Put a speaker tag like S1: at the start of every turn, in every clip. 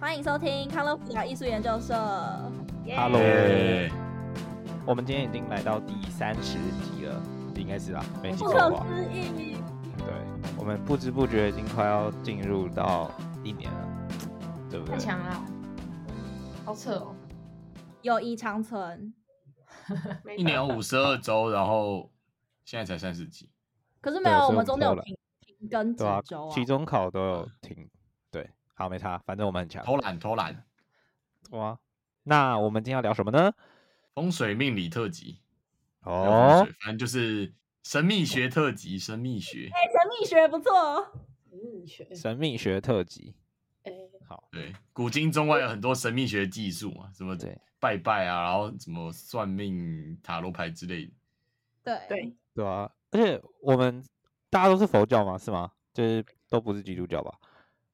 S1: 欢迎收听康乐辅导艺术研究社。
S2: 啊 Hello，
S3: 耶
S2: 我们今天已经来到第三十集了，应该是吧？没记
S1: 不
S2: 错
S1: 可
S2: 的话，
S1: 思议，
S2: 对，我们不知不觉已经快要进入到一年了，对不对
S3: 太？强了，好扯哦！
S1: 友谊长存。
S3: 没
S4: 一年有五十二周，然后现在才三十几，
S1: 可是没
S2: 对
S1: 有，
S2: 所以
S1: 我们
S2: 我们
S1: 中间有
S2: 偷懒
S1: 停停更几
S2: 对啊
S1: 周，啊。
S2: 期中考都有停，对，好没差，反正我们很强。
S4: 偷懒偷懒，
S2: 哇，那我们今天要聊什么呢？
S4: 风水命理特辑，没有风
S2: 哦
S4: 水，，反正就是神秘学特辑，神秘学，
S1: 哎神秘学不错，哦
S3: 嗯学
S2: 神秘学特辑，
S3: 哎，
S2: 好，
S4: 对，古今中外有很多神秘学技术嘛，什么
S2: 对
S4: 拜拜啊，然后什么算命、塔罗牌之类的，
S1: 对
S3: 对，
S2: 对啊，而且我们大家都是佛教嘛，是吗？就是都不是基督教吧？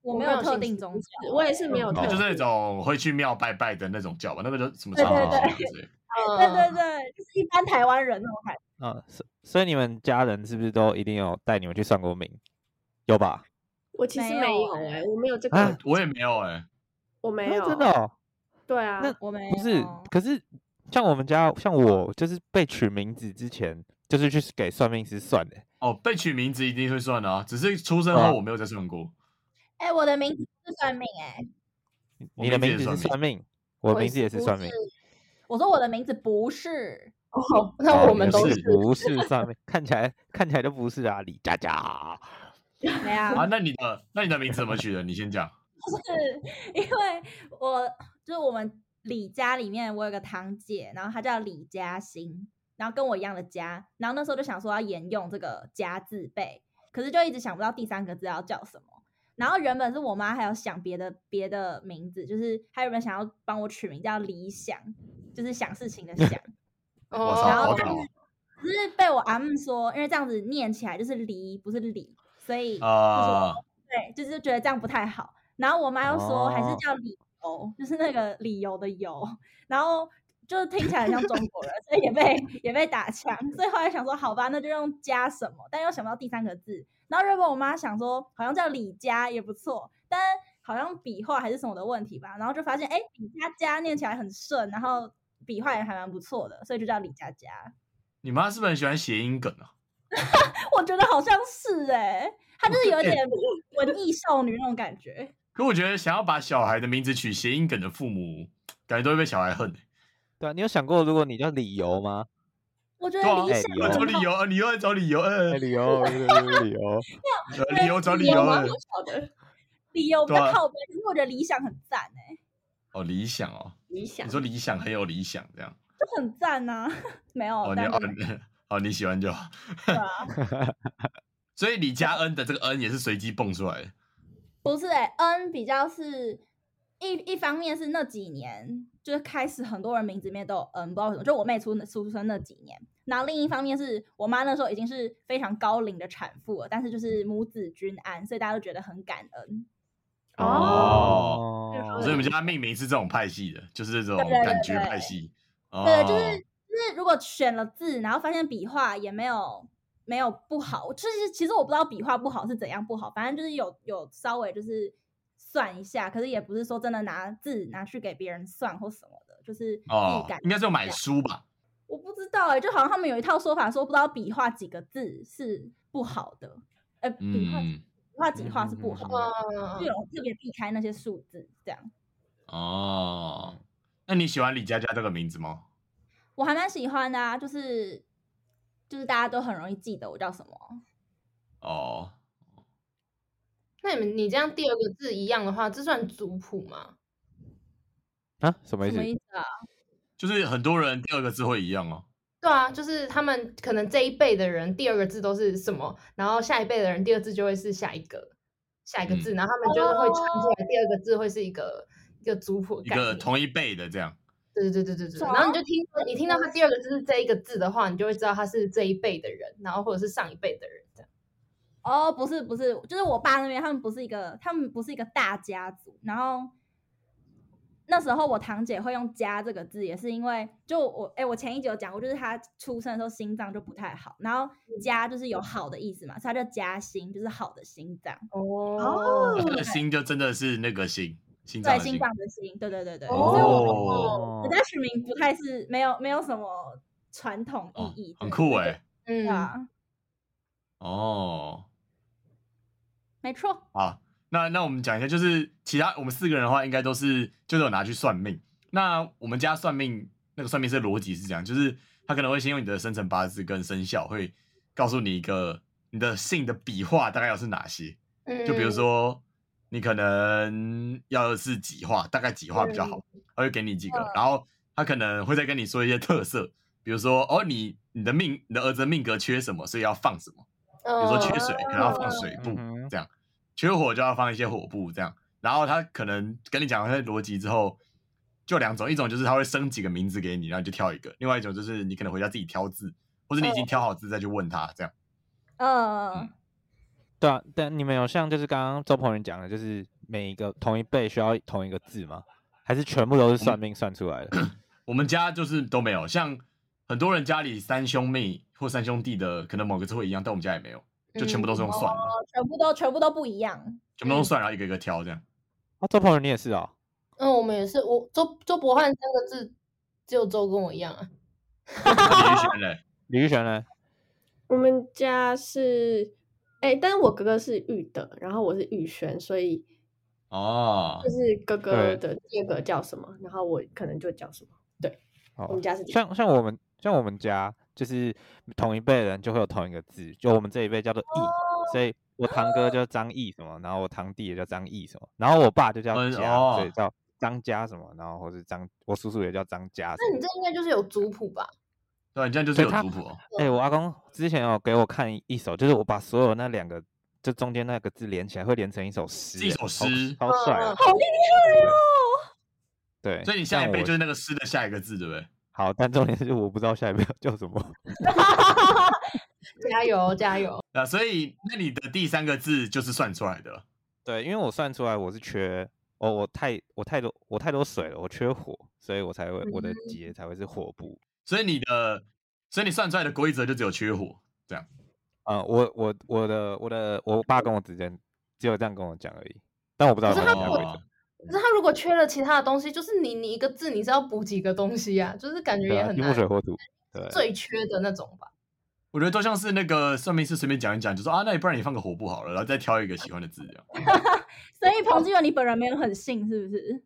S1: 我没有特
S3: 信
S1: 定
S3: 仰
S1: 宗教，
S3: 我也是没有
S2: 哦
S3: 特定，
S4: 就是那种会去庙拜拜的那种教吧，那个叫什么
S1: 对
S4: 长
S1: 对
S4: 老
S1: 对
S4: 教之类的
S5: 呃
S3: 嗯
S1: 对对，对，就是一般台湾人那种感觉。
S2: 嗯，所所以你们家人是不是都一定有带你们去算过命？有吧？
S3: 我其实
S1: 没
S3: 没
S1: 有
S3: 有
S1: 哎
S3: 哎，我没有这
S2: 啊
S3: 个，
S4: 我也没有哎、
S3: 我没
S2: 啊
S3: 有，
S2: 真的、，哦？
S3: 对啊，
S2: 那
S1: 我没
S2: 不是
S1: 有，
S2: 可是像我们家，像我就是被取名字之前，就是去给算命师算的、
S4: 哦，被取名字一定会算的啊，只是出生
S2: 啊
S4: 后我没有再算过，
S1: 哎，我的名字是算命哎，
S4: 我
S2: 你的
S4: 名
S2: 名
S4: 字
S2: 字
S4: 也
S2: 是
S4: 算
S2: 算命，我的名字也是
S3: 不
S2: 算命。
S1: 我说我的名字不是，
S3: 哦，那
S2: 哦
S3: 我
S2: 你
S3: 们
S2: 的
S3: 都
S4: 是
S3: 是
S2: 不是算命？看起来看起来就不是啊，李佳佳。
S1: 怎么样？
S4: 啊，那你的那你的名字怎么取的？你 先讲。
S1: 是因为我就是我们李家里面，我有个堂姐，然后她叫李嘉欣，然后跟我一样的家，然后那时候就想说要沿用这个“家”字辈，可是就一直想不到第三个字要叫什么。然后原本是我妈还有想别的别的名字，就是她原本想要帮我取名叫理想，就是想事情的 想，
S4: 我操，
S1: 然后
S4: 好
S1: 但
S4: 屌哦！
S1: 只是被我阿姆说，因为这样子念起来就是离不是李，所以
S4: 啊、
S1: 对，就是觉得这样不太好。然后我妈又说，还是
S2: 哦
S1: 叫理由，就是那个理由的由。然后就是听起来很像中国人，所以也被也被打枪。所以后来想说，好吧，那就用加什么，但又想不到第三个字。然后原本我妈想说，好像叫李佳也不错，但好像笔画还是什么的问题吧。然后就发现，哎，李佳佳念起来很顺，然后笔画也还蛮不错的，所以就叫李佳佳。
S4: 你妈是不是很喜欢谐音梗啊？
S1: 我觉得好像是哎、她就是有一
S4: 哎
S1: 点文艺少女那种感觉。
S4: 可我觉得想要把小孩的名字取谐音梗的父母，感觉都会被小孩恨、欸。
S2: 对啊，你有想过如果你叫理由 吗？
S1: 我觉
S4: 对
S1: 得
S4: 啊
S1: 理
S2: 哎
S1: 想
S2: 有
S4: 我
S1: 很
S4: 找
S1: 好
S4: 理由，啊，你又在找理由，呃，
S2: 理由，理 由。
S4: 呃理由找理由，
S3: 有
S4: 呃
S3: 吗？我晓得
S1: 理由比
S4: 对
S1: 较
S4: 啊
S1: 靠边，可是我觉得理想很赞哎、
S4: 哦，理想哦，
S3: 理想
S4: 你，说理想很有理想这样，
S1: 就很赞呐、 没有，
S4: 哦，你
S1: 但
S4: 哦你 哦你喜欢就好。
S1: 对啊
S4: 所以李佳恩的这个恩也是随机蹦出来的，
S1: 不是哎、n 比较是一一方面是那几年就是开始很多人名字里面都有 N，不知道为什么，就我妹出出生那几年。然后另一方面是我妈那时候已经是非常高龄的产妇了，但是就是母子均安，所以大家都觉得很感恩。
S4: 哦所以我们家命名是这种派系的，就是这种
S1: 对对对
S4: 感觉派系。哦，
S1: 对，就是就是，如果选了字，然后发现笔画也没有没有不好，就是其实我不知道笔画不好是怎样不好，反正就是有有稍微就是算一下，可是也不是说真的拿字拿去给别人算或什么的，就是自己
S4: 哦
S1: 感。，
S4: 应该是有买书吧？
S1: 我不知道哎、就好像他们有一套说法说，不知道笔画几个字是不好的，呃，笔画笔
S4: 嗯，
S1: 画几画是不好的，
S3: 嗯
S1: 就有特别避开那些数字这样。
S4: 哦，那你喜欢李佳佳这个名字吗？
S1: 我还蛮喜欢的、啊，就是就是大家都很容易记得我叫什么。
S4: 哦，
S3: 那你们你这样第二个字一样的话，这算族谱吗？
S2: 啊，什么意
S1: 什
S2: 思
S1: 么？意思啊？
S4: 就是很多人第二个字会一样哦。
S3: 对啊，就是他们可能这一辈的人第二个字都是什么，然后下一辈的人第二字就会是下一个下一
S4: 嗯
S3: 个字，然后他们就是会传出来第二个字会是一个一个族谱的
S4: 一
S3: 概念，
S4: 个同一辈的这样。
S3: 对对对对对对，
S1: 爽
S3: 然后你就听你听到他第二个字是这一个字的话，你就会知道他是这一辈的人，然后或者是上一辈的人这样。
S1: 哦，不是不是，就是我爸那边他们不是一个，他们不是一个大家族。然后那时候我堂姐会用“家”这个字，也是因为就我哎、我前一集有讲过，就是她出生的时候心脏就不太好，然后“
S4: 嗯
S1: 家”就是有好的意思嘛，所以她叫“家心”，就是好的心脏。
S3: 哦
S4: 他的心就真的是那个心，心哦脏
S1: 对，
S4: 的
S1: 心脏的心，对对对对。所以我
S4: 哦，
S1: 我家取名不太是没有没有什么传统意
S4: 哦
S1: 义，
S4: 很酷
S1: 哎、
S4: 哎，
S1: 对
S3: 嗯，
S1: 啊，
S4: 哦，
S1: 没错，
S4: 好，那那我们讲一下，就是其他我们四个人的话，应该都是就是有拿去算命。那我们家算命那个算命师的逻辑是这样，就是他可能会先用你的生辰八字跟生肖，会告诉你一个你的姓的笔画大概要是哪些。
S3: 嗯
S4: 就
S2: 嗯
S4: 比如说你可能要是几画，大概几画比较好，
S2: 嗯
S4: 他会给你几个，然后他可能会再跟你说一些特色，比如说哦你你的命你的儿子的命格缺什么，所以要放什么。
S3: 嗯，
S4: 比
S3: 比
S4: 如说缺水，可能要放水布
S2: 嗯哼
S4: 这样；缺火就要放一些火布这样。然后他可能跟你讲完他的逻辑之后，就两种，一种就是他会生几个名字给你，然后你就挑一个；另外一种就是你可能回家自己挑字，或者你已
S2: 嗯
S4: 经挑好字再去问他这样。
S1: 嗯，
S2: 对啊，但你们有像就是刚刚周鹏宇讲的，就是每一个同一辈需要同一个字吗？还是全部都是算命算出来的？
S4: 我们家就是都没有，像很多人家里三兄妹或三兄弟的，可能某个字会一样，但我们家也没有，就全部
S3: 嗯
S4: 都是用算的，
S1: 全部都全部都不一样，
S4: 全部都用算，然后一个一个挑这样。
S2: 哦，周鹏宇你也是哦，
S3: 嗯，我们也是，我周周伯翰三个字，只有周跟我一样啊。
S4: 那你去选嘞？
S2: 李玉璇呢？
S5: 我们家是，哎、但是我哥哥是玉的，然后我是玉轩，所以
S4: 哦
S5: 就，是哥
S2: 对
S5: 哥的第二个叫什么，然后我可能就叫什么。
S2: 哦
S5: 我们家是这样
S2: 像像我们像我们家就是同一辈人就会有同一个字，就我们这一辈叫做义，所以我堂哥叫张义什么，然后我堂弟也叫张义什么，然后我爸就叫
S4: 嗯
S2: 家，所以
S4: 哦
S2: 叫张家什么，然后或是张我叔叔也叫张家什
S3: 那
S2: 么
S3: 你。这应该就是有族谱吧？
S4: 对，你这样就是
S2: 对
S4: 有
S2: 他
S4: 族谱哦。
S2: 哎、我阿公之前有给我看一一首，就是我把所有那两个就中间那个字连起来，会连成一首诗欸，
S4: 一首诗
S2: 超超帅的
S3: 嗯。
S1: 好厉害哦！
S2: 对，
S4: 所以你下
S2: 但
S4: 一辈
S2: 我
S4: 就是那个诗的下一个字，对不对？
S2: 好，但重点是我不知道下一辈要叫什么。
S3: 加油加油！
S4: 啊，所以那你的第三个字就是算出来的了。
S2: 对，因为我算出来我是缺，哦，我太我太多我太多水了，我缺火，所以我才会我的
S3: 嗯
S2: 结才会是火部。
S4: 所以你的，所以你算出来的规则就只有缺火。
S2: 啊、我我我的我的我爸跟我之间只有这样跟我讲而已，但我不知道
S3: 可
S2: 有
S3: 是
S2: 没有
S3: 他
S2: 其他
S3: 不
S2: 规
S3: 会
S2: 则。
S3: 可是他如果缺了其他的东西，就是你你一个字你是要补几个东西啊，就是感觉
S2: 对
S3: 也
S2: 啊，
S3: 很
S2: 金木
S3: 难，
S2: 水火土。对，
S3: 最缺的那种吧。
S4: 我觉得都像是那个算命师随便讲一讲，就说啊，那你不然你放个火不好了，然后再挑一个喜欢的字这样。
S1: 所以彭志远，你本人没有很信，是不是？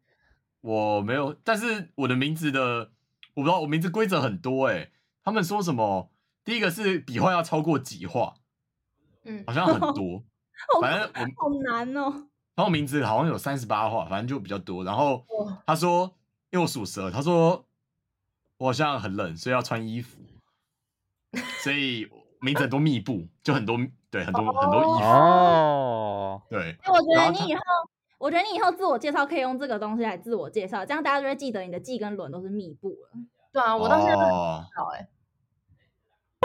S4: 我没有，但是我的名字的，我不知道我名字规则很多诶、他们说什么？第一个是笔画要超过几画，
S3: 嗯
S4: 好像很多，
S1: 好
S4: 反正我
S1: 好难哦，
S4: 然后名字好像有三十八画，反正就比较多。然后
S3: 哇
S4: 他说，因为我属蛇，他说我好像很冷，所以要穿衣服，所以名字很多密布，就很多对很多很多衣服，
S2: 哦，
S4: 对
S1: 哎我觉
S4: 然
S1: 得
S4: 后
S1: 你以后。我觉得你以后自我介绍可以用这个东西来自我介绍，这样大家就会记得你的记跟伦都是密布了。
S3: 对啊，我到现在都不
S4: 哦
S3: 知道哎，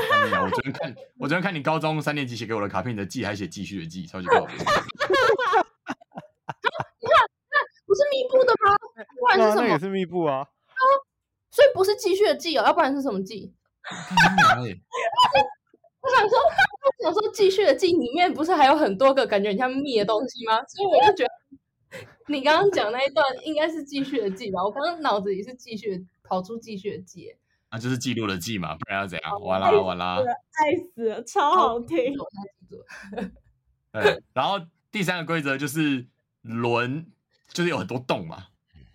S4: 看你啊我昨天看，我昨天看你高中三年级写给我的卡片，你的记还写继续的记，超级搞笑。
S3: 不是密布的吗？不然
S2: 对啊
S3: 是什
S2: 那也
S3: 么？
S2: 是密布啊。
S3: 所以不是继续的继哦，要不然是什么继？
S4: 看你哪里
S3: 我想说， 我想说继续的继里面不是还有很多个感觉很像密的东西吗？所以我就觉得你刚刚讲那一段应该是继续的继吧，我刚刚脑子里是继续的跑出继续的继。
S4: 啊，就是记录的记嘛，不然要怎
S3: 哦
S4: 样？完啦完啦。
S1: 爱死了，超好听。
S3: 我才记住了
S4: 对，然后第三个规则就是轮，就是有很多洞嘛。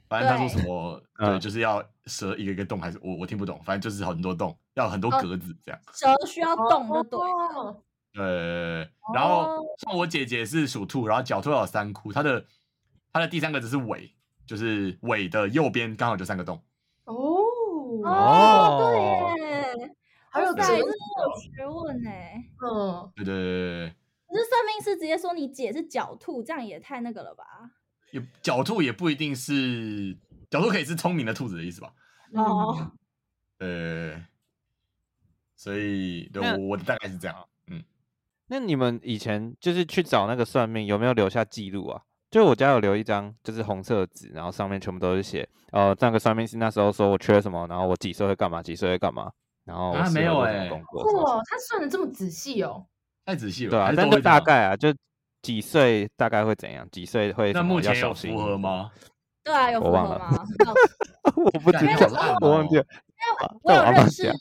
S4: 反正他说什么，
S2: 对
S4: 对，
S2: 嗯
S4: 就是要蛇一个一个洞，还是我我听不懂，反正就是很多洞，要很多格子这样。
S1: 蛇需要动就对了，
S3: 哦
S4: 呃，然
S1: 哦
S4: 后像我姐姐是属兔，然后狡兔要有三窟，她的她的第三个字是尾，就是尾的右边刚好就三个洞。
S3: 哦，
S1: 哦，对耶，
S3: 还有
S1: 哇
S3: 这
S1: 塞，这
S3: 个
S1: 是有学问哎。
S3: 嗯，
S4: 对对对
S1: 可是算命师直接说你姐是狡兔，这样也太那个了吧？
S4: 对对，也狡兔也不一定是狡兔，可以是聪明的兔子的意思吧？
S3: 嗯
S1: 哦，
S4: 呃，所以对
S2: 那
S4: 我我的大概是这样。
S2: 那你们以前就是去找那个算命，有没有留下记录啊？就我家有留一张，就是红色的纸，然后上面全部都是写，呃，那个算命师那时候说我缺什么，然后我几岁会干嘛，几岁会干嘛，然后我
S4: 啊
S2: 适
S4: 没
S2: 合
S4: 有
S2: 做什么
S4: 欸
S2: 工作什么什
S3: 哇
S2: 么，，
S3: 他算的这么仔细哦。
S4: 太仔细了，
S2: 对啊
S4: 还，是
S2: 但
S4: 都
S2: 就
S4: 会这
S2: 大
S4: 样
S2: 概啊，就几岁大概会怎样，几岁会
S4: 那
S2: 什么
S4: 目
S2: 要
S4: 前
S2: 小
S4: 有
S2: 心
S4: 符合吗？
S1: 对啊，有符
S2: 我
S1: 合
S2: 忘了
S1: 吗？很 好奇
S2: 我不知
S4: 干
S1: 这个
S2: 道
S1: 是，
S2: 我
S4: 哦
S2: 忘记了。啊
S1: 我
S2: 但
S1: 有
S2: 我阿妈
S1: 认识
S2: 讲，，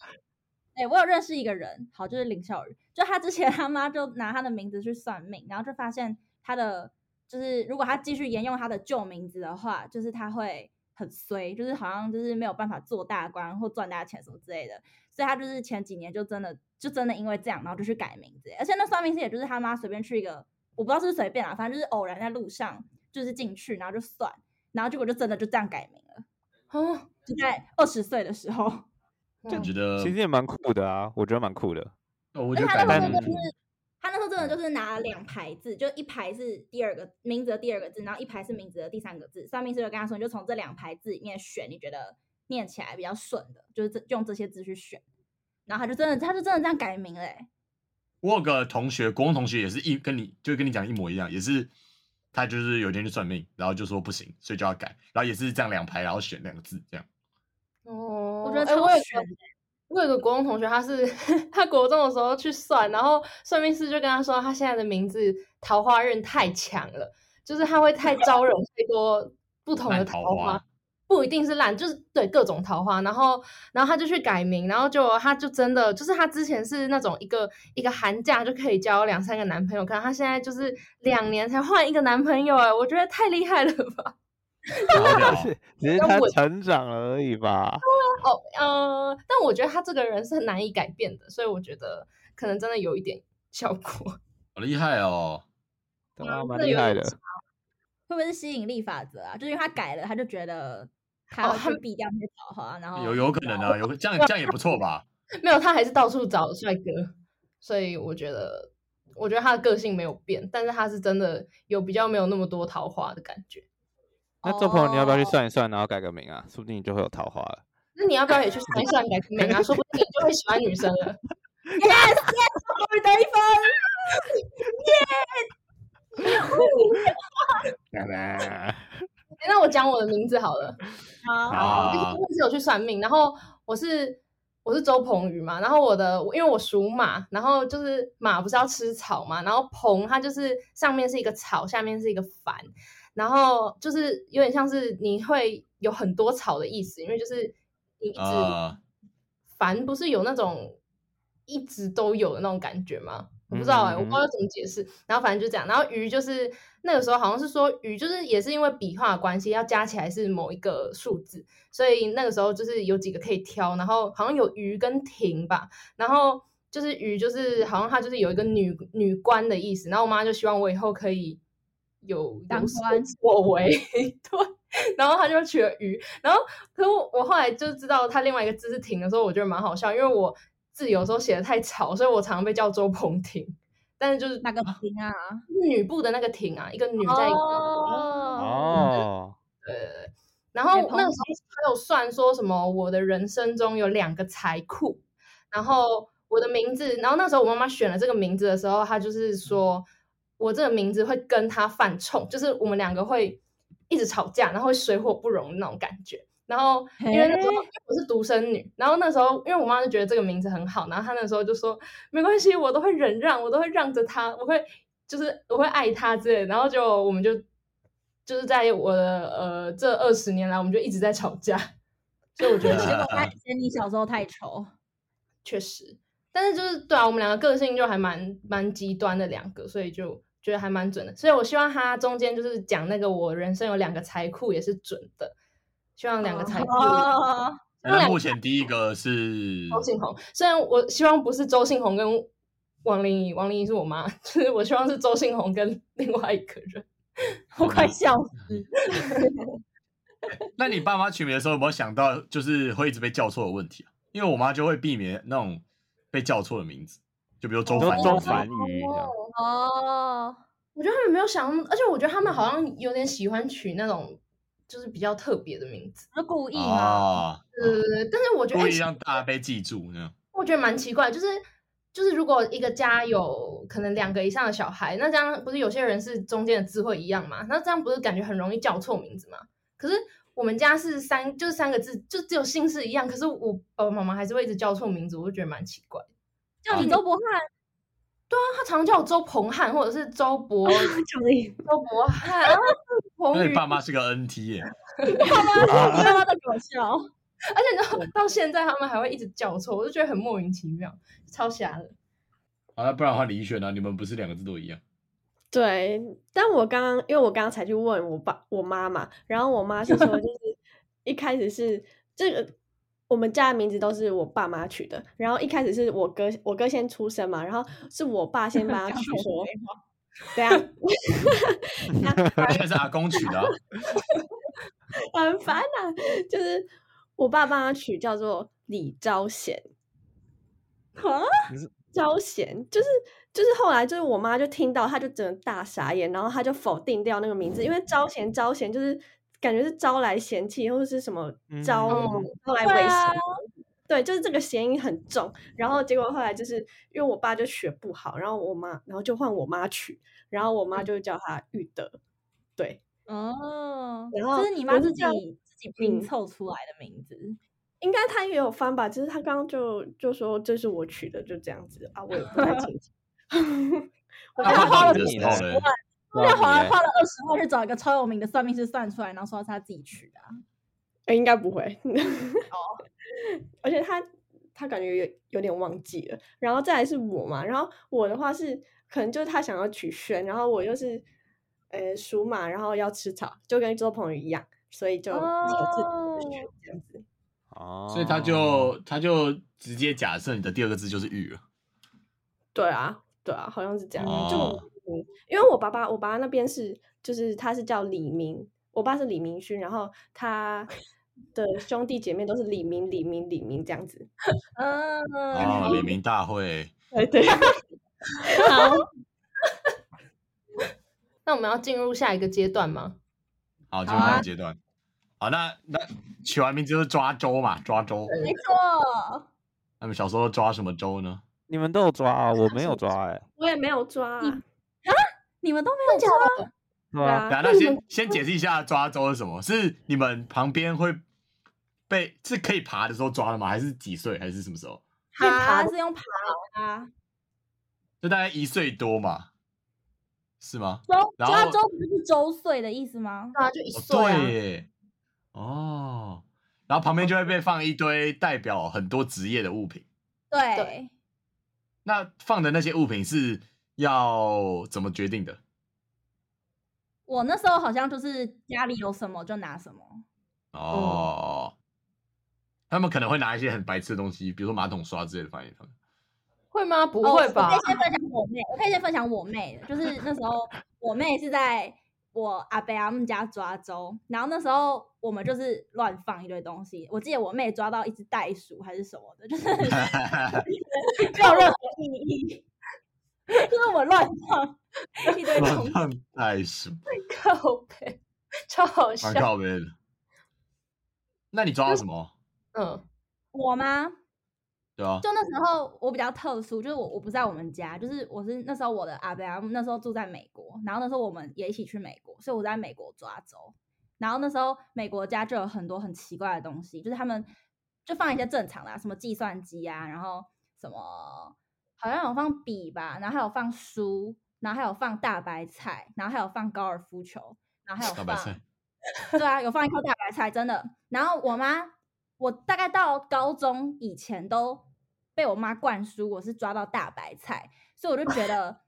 S1: 哎、我有认识一个人，好，就是林小雨，就他之前 他妈就拿他的名字去算命，然后就发现他的就是如果他继续沿用他的旧名字的话，就是他会很衰，就是好像就是没有办法做大官或赚大钱什么之类的，所以他就是前几年就真的就真的因为这样，然后就去改名字，而且那算命师也就是他妈随便去一个，我不知道是不是随便啊，反正就是偶然在路上就是进去，然后就算，然后结果就真的就这样改名了，
S3: 啊，
S1: 就在二十岁的时候。
S3: 嗯
S4: 但觉得
S2: 其实也蛮酷的啊，我觉得蛮酷的。
S4: 哦我
S1: 而且
S4: 觉得
S1: 他
S4: 改
S1: 那时
S2: 版
S1: 候
S4: 名
S1: 就是他那时候真的就是拿了两排字，就一排是第二个名字的第二个字，然后一排是名字的第三个字。算命师就跟他说，你就从这两排字里面选你觉得念起来比较顺的，就是这用这些字去选。然后他就真的，他就真的这样改名了、欸。
S4: 我有个同学，国中同学也是一跟你就跟你讲一模一样，也是他就是有一天去算命，然后就说不行，所以就要改，然后也是这样两排，然后选两个字这样。
S3: 哦，
S1: 我觉得
S3: 哎
S1: 超
S3: 我有
S1: 悬
S3: 个我有个国中同学，他是他国中的时候去算，然后算命师就跟他说，他现在的名字桃花运太强了，就是他会太招惹太多不同
S4: 烂
S3: 的
S4: 桃
S3: 桃
S4: 花
S3: 花。不一定是烂，就是对各种桃花，然后，然后他就去改名，然后就他就真的就是他之前是那种一个一个寒假就可以交两三个男朋友，可能他现在就是两年才换一个男朋友，哎，我觉得太厉害了吧。
S4: 好屌
S2: 不 是，只是
S3: 跟
S2: 他
S3: 我
S2: 成长了而已吧。
S3: 哦，呃，但我觉得他这个人是很难以改变的，所以我觉得可能真的有一点 效果。
S4: 好厉害哦！
S2: 他
S3: 啊
S2: 妈蛮
S3: 这
S2: 厉
S3: 有
S2: 害
S3: 点
S2: 的，
S1: 会不会是吸引力法则啊？就是因为他改了，他就觉得他
S3: 哦
S1: 要
S3: 他
S1: 去避掉那些桃花，然后
S4: 有有可能啊，有这样这样也不错吧？
S3: 没有，他还是到处找帅哥，所以我觉得，我觉得他的个性没有变，但是他是真的有比较没有那么多桃花的感觉。
S2: 那周鹏，你要不要去
S1: 哦
S2: 算一算，然后改个名啊？说不定你就会有桃花了。
S3: 那你要不要也去算一算改个名啊？说不定你就会喜欢女生了。
S1: yes yes，终于得一分。
S3: 诶那我讲我的名字好了。
S1: 好，
S4: 啊
S3: 我就是有去算命，然后我是我是周鹏宇嘛，然后我的我因为我属马，然后就是马不是要吃草嘛，然后鹏它就是上面是一个草，下面是一个凡，然后就是有点像是你会有很多草的意思，因为就是你一直、
S4: 啊
S3: 凡不是有那种一直都有的那种感觉吗？我不知道哎、
S1: 嗯
S3: 我不知道怎么解释。然后反正就这样。然后鱼就是那个时候好像是说鱼就是也是因为笔画的关系，要加起来是某一个数字，所以那个时候就是有几个可以挑，然后好像有鱼跟亭吧，然后就是鱼就是好像它就是有一个女女官的意思。然后我妈就希望我以后可以有
S1: 当
S3: 有所
S1: 官
S3: 所为， 对。然后她就取了鱼，然后，可是我我后来就知道他另外一个字是停的时候，我觉得蛮好笑，因为我字有时候写的太吵，所以我常被叫周鹏婷。但是就是
S1: 那个停啊？
S3: 女部的那个婷啊，一个女在一个。
S1: 哦，
S2: 哦，
S3: 然后
S1: 鹏
S3: 那个时候还有算说什么，我的人生中有两个财库，然后我的名字，然后那时候我妈妈选了这个名字的时候，她就是说我这个名字会跟她犯冲，就是我们两个会一直吵架，然后会水火不容的那种感觉。然后
S1: 哦
S3: 因为那时候因为我是独生女，然后那时候因为我妈就觉得这个名字很好，然后她那时候就说没关系，我都会忍让，我都会让着她，我会就是我会爱她之类的。然后就我们就就是在我的呃这二十年来，我们就一直在吵架，所以我觉
S1: 结
S4: 啊
S3: 得
S1: 果
S3: 现在
S1: 发现你小时候太丑。
S3: 确实，但是就是对啊，我们两个个性就还蛮蛮极端的两个，所以就觉得还蛮准的。所以我希望他中间就是讲那个我人生有两个财库也是准的，希望两 个财库。
S1: 哦
S3: 他们
S4: 那
S3: 俩
S4: 目前第一个是
S3: 周信宏，虽然我希望不是周信宏跟王玲怡，王玲怡是我妈， 就是我希望是周信宏跟另外一个人。
S1: 我快笑死！
S4: 那你爸妈取名的时候有没有想到就是会一直被叫错的问题啊？因为我妈就会避免那种被叫错的名字，就比如周
S2: 你说
S4: 凡宇
S2: 周
S4: 之类的
S2: 凡宇这样，
S1: 哦，
S3: 我觉得他们没有想那么，而且我觉得他们好像有点喜欢取那种就是比较特别的名字。
S1: 是故意
S5: 哦
S1: 吗？
S4: 啊，
S3: 对对对，但是我觉得
S4: 故
S3: 哎
S4: 意让大家被记住那样。
S3: 我觉得蛮奇怪，就是就是如果一个家有可能两个以上的小孩，那这样不是有些人是中间的字会一样嘛？那这样不是感觉很容易叫错名字吗？可是我们家是三，就是三个字，就只有姓氏一样，可是我爸爸妈妈还是会一直叫错名字，我就觉得蛮奇怪。
S1: 叫你周 伯翰，
S3: 那他常常叫我周鹏汉，或者是周博周
S5: 救命！
S3: 博汉，啊
S4: 那
S3: 彭
S4: 你
S3: 宇
S4: 爸妈是个 NT 耶，
S2: 啊
S1: 妈妈在搞笑。
S3: 而且你知道到现在他们还会一直叫错，我就觉得很莫名其妙，超瞎的。
S4: 好啊了，不然的话李易轩呢？你们不是两个字都 一样？
S5: 对，但我刚刚因为我刚刚才去问我爸我妈嘛，然后我妈是说就是一开始是这个我们家的名字都是我爸妈取的，然后一开始是我哥我哥先出生嘛，然后是我爸先帮他取说，对啊，
S4: 而且是阿公取 的啊、
S5: 很烦啊，就是我爸帮他取叫做李昭贤，
S1: 啊，
S5: 招贤，就是就是后来就是我妈就听到，她就整个大傻眼，然后她就否定掉那个名字，因为招贤招贤就是感觉是招来嫌弃或者是什么招、
S2: 嗯
S5: 招来
S1: 哦对
S5: 威
S1: 啊
S5: 胁。对，就是这个谐音很重，然后结果后来就是因为我爸就学不好，然后我妈，然后就换我妈取，然后我
S2: 嗯
S5: 妈就叫他玉德，对，
S1: 哦，
S5: 然后
S1: 这是你
S5: 我
S1: 妈
S5: 是
S1: 自
S5: 这
S1: 己
S5: 样
S1: 自己拼
S5: 嗯
S1: 凑出来的名字。
S5: 应该他也有翻吧，只是他刚刚就就说这是我取的，就这样子啊，我也不太清楚。我
S4: 那
S5: 觉得
S4: 换
S5: 好
S4: 到
S5: 有
S4: 你的
S5: 意
S4: 时
S5: 思
S4: 候呢？
S2: 不
S1: 那
S2: 然
S1: 花
S2: 你
S1: 了
S2: 嘞
S1: 花了二十万去找一个超有名的算命师算出来，然后说是他自己取的啊、
S5: 呃应该不会。哦， 而且他他感觉有有点忘记了，然后再来是我嘛，然后我的话是可能就是他想要取轩，然后我又是呃属马，然后要吃草，就跟周鹏宇一样，所以就我自己
S1: 哦
S5: 这样子。
S2: 哦，
S4: 所以他就他就直接假设你的第二个字就是玉了。
S5: 对啊，对啊，好像是这样。就我
S2: 哦
S5: 嗯因为我爸爸，我爸爸那边是就是他是叫李明，我爸是李明勋，然后他的兄弟姐妹都是李明、李明、李明这样 子。
S1: 嗯，
S4: 哦，李明大会，
S5: 对对， 好，
S3: 那我们要进入下一个阶段吗？
S4: 好，进
S1: 好
S4: 入
S1: 啊
S4: 下一个阶段。好，那那取完名字就是抓周嘛，抓周。
S1: 没错，
S4: 那么小时候抓什么周呢？
S2: 你们都有抓啊，我没有抓哎、
S5: 我也没有抓啊、
S1: 你们都没有
S3: 真
S1: 抓
S3: 假的？
S2: 对
S5: 对
S2: 啊，
S5: 啊，
S4: 来，
S5: 那
S4: 那
S5: 你们
S4: 先先解释一下抓周是什么？是你们旁边会被是可以爬的时候抓的吗？还是几岁？还是什么时候？
S5: 爬
S1: 爬
S5: 的
S1: 是用爬的啊，
S4: 就大概一岁多嘛，是吗？
S1: 周
S4: 然
S1: 抓
S4: 后
S1: 周不是周岁的意思吗？
S3: 对啊，就一
S4: 哦，
S3: 岁啊
S4: 对。耶，哦，然后旁边就会被放一堆代表很多职业的物品。
S1: 对，
S4: 那放的那些物品是要怎么决定的？
S1: 我那时候好像就是家里有什么就拿什么。
S4: 哦，
S3: 嗯
S4: 他们可能会拿一些很白痴的东西，比如说马桶刷之类的放给他们。
S3: 会吗？不
S1: 哦
S3: 会吧
S1: 我可以？先分享我妹，我可以先分享我妹的，就是那时候我妹是在我阿伯阿姆家抓周，然后那时候我们就是乱放一堆东西。我记得我妹抓到一只袋鼠还是什么 的，就是没有任何意义，就是我乱放一堆东西。
S4: 放袋鼠，
S3: 靠背，超好
S4: 蛮
S3: 笑。
S4: 靠边的。那你抓到什么？
S3: 嗯，
S1: 我吗？
S4: 对啊，
S1: 就那时候我比较特殊，就是我我不在我们家，就是我是那时候我的阿伯阿姆那时候住在美国，然后那时候我们也一起去美国，所以我在美国抓周。然后那时候美国家就有很多很奇怪的东西，就是他们就放一些正常的、啊，什么计算机啊，然后什么好像有放笔吧，然后还有放书，然后还有放大白菜，然后还有放高尔夫球，然后还有
S4: 大
S1: 放
S4: 白菜。
S1: 对啊，有放一颗大白菜，真的。然后我妈，我大概到高中以前都被我妈灌输，我是抓到大白菜，所以我就觉得，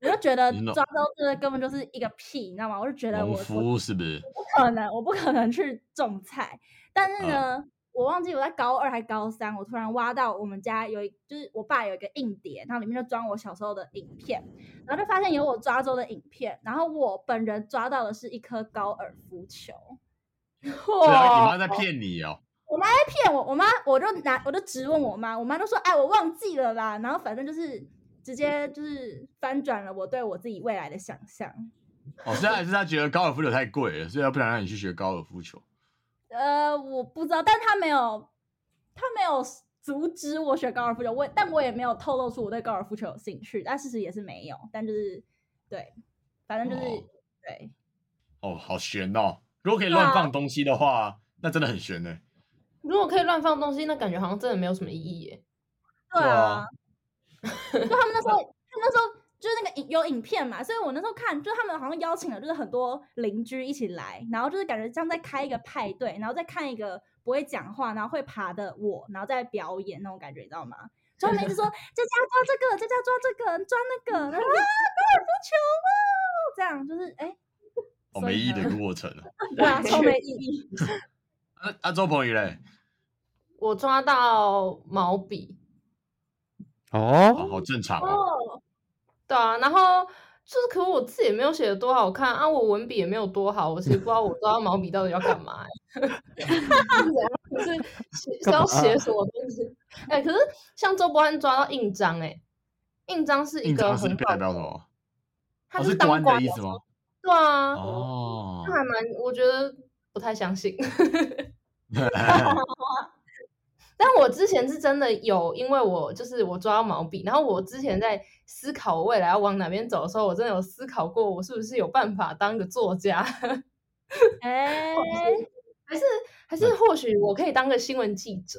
S1: 我就觉得
S4: 你懂
S1: 抓周这个根本就是一个屁，你知道吗？我就觉得
S4: 农
S1: 我我
S4: 夫是不是？
S1: 不可能，我不可能去种菜。但是呢，我忘记我在高二还高三，我突然挖到我们家有一，就是我爸有一个硬碟，然后里面就装我小时候的影片，然后就发现有我抓周的影片，然后我本人抓到的是一颗高尔夫球。
S4: 对啊，
S3: 哇
S4: 你妈在骗你哦。
S1: 骗我，我妈我就拿我就直问我妈，我妈就说：“哎，我忘记了啦。”然后反正就是直接就是翻转了我对我自己未来的想象。
S4: 哦，虽然还是他觉得高尔夫球太贵了，所以他不想让你去学高尔夫球。
S1: 呃，我不知道，但她没有，她没有阻止我学高尔夫球，我也但我也没有透露出我对高尔夫球有兴趣，但事实也是没有，但就是对，反正就是、
S4: 哦
S1: 对，
S4: 哦，好悬哦！如果可以
S1: 对啊
S4: 乱放东西的话，那真的很悬呢。
S3: 如果可以乱放东西，那感觉好像真的没有什么意义耶。
S1: 对
S4: 对啊
S1: 啊，就他们那时候，他们那时候就是那个影有影片嘛，所以我那时候看，就是他们好像邀请了就是很多邻居一起来，然后就是感觉像在开一个派对，然后再看一个不会讲话然后会爬的我，然后再表演那种感觉，你知道吗？所以他们一直说这家抓这个，这家抓这个，抓那个，然后啊高尔夫球哦，这样就是哎，所
S4: 好、哦没
S1: 以
S4: 意义的一
S1: 呢
S4: 个过程啊。
S1: 对啊，超没意义。
S4: 啊啊，周鹏宇嘞，
S3: 我抓到毛笔，
S4: 哦，
S2: 哦，
S4: 好正常哦。
S3: 对啊，然后就是，可我字也没有写的多好看啊，我文笔也没有多好，我其实不知道我抓到毛笔到底要干嘛、欸， 就是写是
S2: 干
S4: 啊
S3: 要
S2: 嘛
S3: 写什么东西？哎、可是像周伯安抓到印章、欸，哎，印章是一
S4: 印
S3: 个
S4: 章是
S3: 很
S4: 代
S3: 好
S4: 表什
S3: 的，
S4: 么？
S3: 他
S4: 哦，
S3: 就是当
S4: 官
S3: 官
S4: 的意
S3: 的
S4: 思吗？
S3: 对啊，
S4: 哦
S3: 这，还蛮，我觉得不太相信。
S4: 啊 哦
S3: 但我之前是真的有，因为我就是我抓到毛笔，然后我之前在思考我未来要往哪边走的时候，我真的有思考过，我是不是有办法当个作家，
S1: 哎，
S3: 还是还是或许我可以当个新闻记者，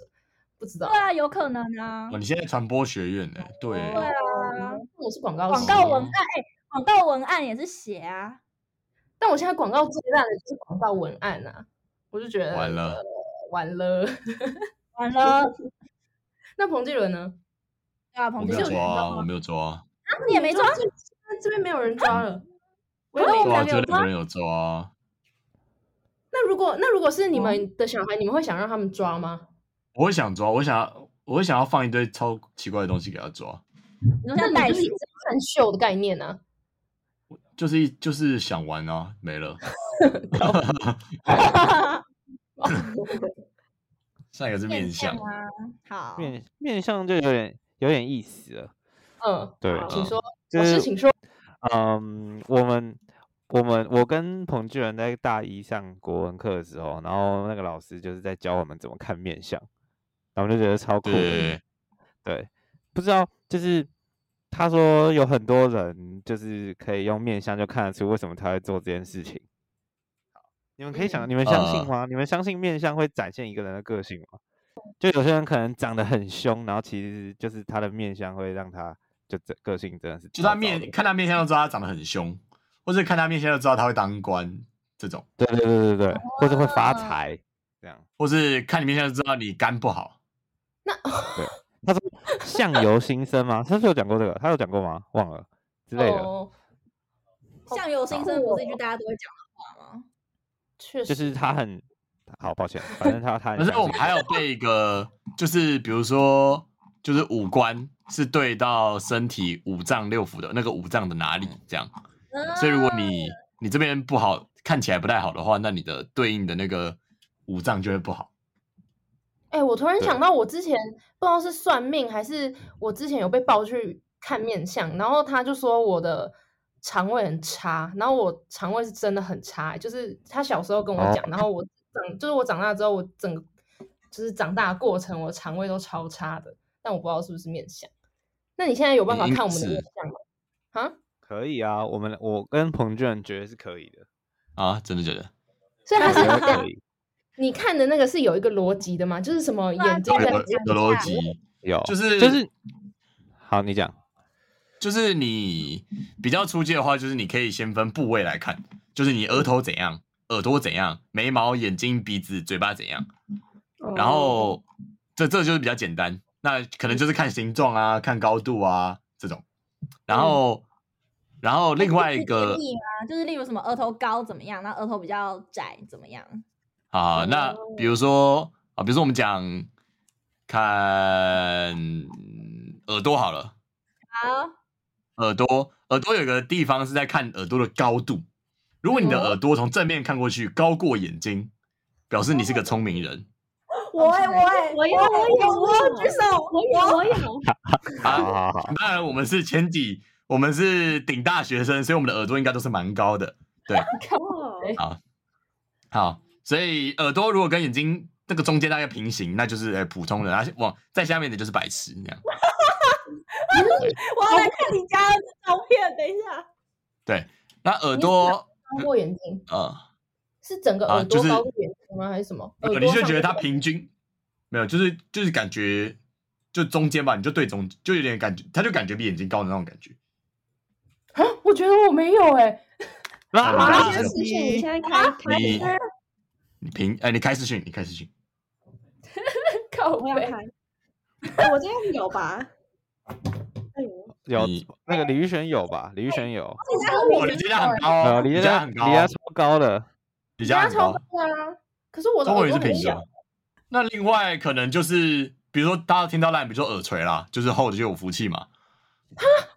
S3: 不知道
S1: 嗯对。啊，有可能啊
S4: 哦，。你现在传播学院呢？对耶，
S1: 对啊，
S3: 我是广告
S1: 广
S3: 系
S1: 告文案，
S4: 哦
S1: 哎，广告文案也是写啊。
S3: 但我现在广告最烂的就是广告文案啊，我就觉得
S4: 完了
S3: 呃完了。
S1: 完了，
S3: 那彭继伦呢？
S1: 对啊，彭
S4: 我
S1: 继
S4: 没有
S1: 伦
S4: 抓啊，我
S1: 啊，
S4: 没有抓啊，
S1: 你也没抓，
S3: 这这边没有人抓了。我
S5: 有
S3: 也没
S5: 我
S4: 对
S5: 们
S4: 啊，
S5: 两
S4: 只
S5: 个
S4: 有
S5: 有
S4: 两个人有抓啊。
S3: 那如果那如果是
S1: 哦
S3: 你们的小孩，你们会想让他们抓吗？
S4: 我会想抓，我想要，我会想要放一堆超奇怪的东西给他抓，
S1: 你说
S3: 那
S1: 像啊
S3: 你
S1: 袋
S3: 就是一
S1: 鼠
S3: 直，看秀的概念啊呢、
S4: 就是一就是想玩啊，没了。 下一个是面相，
S1: 啊，
S4: 哦
S1: 好，
S2: 面面相就有点有点意思了。
S3: 啊？
S1: 哦
S3: 嗯，
S2: 对，
S5: 好
S3: 请
S4: 嗯
S3: 说，
S2: 就
S3: 老师
S2: 是
S3: 请说。
S2: 嗯，我们我们我跟彭巨人在大一上国文课的时候，然后那个老师就是在教我们怎么看面相，然后我们就觉得超酷的。
S4: 对，
S2: 对，不知道就是他说有很多人就是可以用面相就看得出为什么他会做这件事情。你们可以想，你们相信
S4: 呃
S2: 吗？你们相信面相会展现一个人的个性吗？就有些人可能长得很凶，然后其实就是他的面相会让他就这个性真的是
S4: 就
S2: 糟
S4: 他
S2: 糟
S4: 面
S2: 的
S4: 看他面相就知道他长得很凶，或者看他面相就知道他会当官这种，
S2: 对对对对对，或者会发
S1: 哦
S2: 财这样。
S4: 或是看你面相就知道你肝不好。
S2: 他 说相由心生吗？他是有讲过这个，他有讲过吗？忘了之类的。
S3: 哦，
S1: 相由心生不是一句大家都会讲的话吗？
S3: 确
S2: 就
S3: 实，
S2: 是他很好，抱歉，反正他 他很
S4: 可是
S2: 相
S4: 我
S2: 信
S4: 们还有背一个，就是比如说，就是五官是对到身体五脏六腑的那个五脏的哪里这样。所以如
S1: 啊
S4: 果你你这边不好，看起来不太好的话，那你的对应的那个五脏就会不好。
S3: 哎、我突然
S2: 对
S3: 想到，我之前不知道是算命还是我之前有被报去看面相，然后他就说我的肠胃很差，然后我肠胃是真的很差，欸就是他小时候跟我
S2: 哦
S3: 讲，然后我长就是我长大之后，我整个就是长大的过程，我的肠胃都超差的，但我不知道是不是面相。那你现在有办
S4: 嗯
S3: 法
S4: 应
S3: 看
S4: 该
S3: 我们的面
S4: 是
S3: 相吗？啊，
S2: 可以啊，我们我跟彭俊仁觉得是可以 的，
S4: 啊，真的觉得
S3: 所以他
S2: 我觉得
S3: 是
S2: 可以
S3: 你看的那个是有一个逻辑的吗？就是什么
S1: 对啊
S3: 眼睛
S1: 这
S4: 有
S1: 个对
S4: 有
S3: 的
S1: 很像
S4: 有逻辑，
S2: 有，
S4: 就是
S2: 就是好，你讲
S4: 就是你比较出界的话，就是你可以先分部位来看，就是你额头怎样，耳朵怎样，眉毛、眼睛、鼻子、嘴巴怎样，
S5: 啊 哦
S4: 然后这这就是比较简单。那可能就是看形状啊，看高度啊这种。然后，然后另外一个
S1: 建议吗？就是例如什么额头高怎么样，那额头比较窄怎么样？
S4: 啊，那比如说啊，比如说我们讲看耳朵好了，
S1: 好，
S4: 耳朵，耳朵有个地方是在看耳朵的高度。如果你的
S3: 哦
S4: 耳朵从正面看过去高过眼睛，表示你是个聪明人
S5: 我哎我 哎
S3: 我有
S5: 哎
S3: 我有
S5: 我有举手，
S3: 我有我有。
S2: 好
S3: 哦
S4: 啊。
S2: 好好，
S4: 当然，我们是前几，我们是顶大学生，所以我们的耳朵应该都是蛮高的。对，
S5: 哦
S4: 好，所以耳朵如果跟眼睛这个中间大概平行，那就是呃普通人，而且往在下面的就是白痴那样。
S5: 我要来看你家的照片，等一下。
S4: 那耳
S3: 你
S4: 朵，
S3: 高过眼睛，
S4: 呃，
S3: 是整个
S4: 啊
S3: 耳朵
S4: 就是
S3: 高过眼睛吗？还是什么？耳
S4: 呃，
S3: 朵
S4: 你就
S3: 上
S4: 觉得
S3: 面
S4: 它平均没有，就是就是感觉就中间吧，你就对中就有点感觉，它就感觉比眼睛高的那种感觉。
S3: 啊，我觉得我没有哎、
S5: 好，
S4: 啊
S5: 现在视讯，你现在开开
S4: 你
S5: 开，
S4: 你平哎，你开视讯，你开视讯。
S3: 靠
S5: 我要
S3: 背
S5: 开。哎我这样有吧？哎呦，
S2: 有
S4: 你
S2: 那个李玉璇有吧？李玉璇
S5: 哦
S2: 有，
S4: 哇，你这家很高
S2: 呃，
S4: 哦，
S2: 李
S4: 你
S2: 家李
S4: 家很
S2: 家
S4: 高，
S2: 超高
S5: 哦
S2: 的，
S4: 你家
S3: 家
S4: 很
S3: 超
S4: 高哦
S3: 高。啊！可是我的
S4: 中文
S3: 耳
S4: 也
S3: 朵
S4: 是
S3: 没
S4: 平
S3: 有
S4: 行。。那另外可能就是，比如说大家听到烂，比如说耳垂啦，就是厚的就有福气嘛。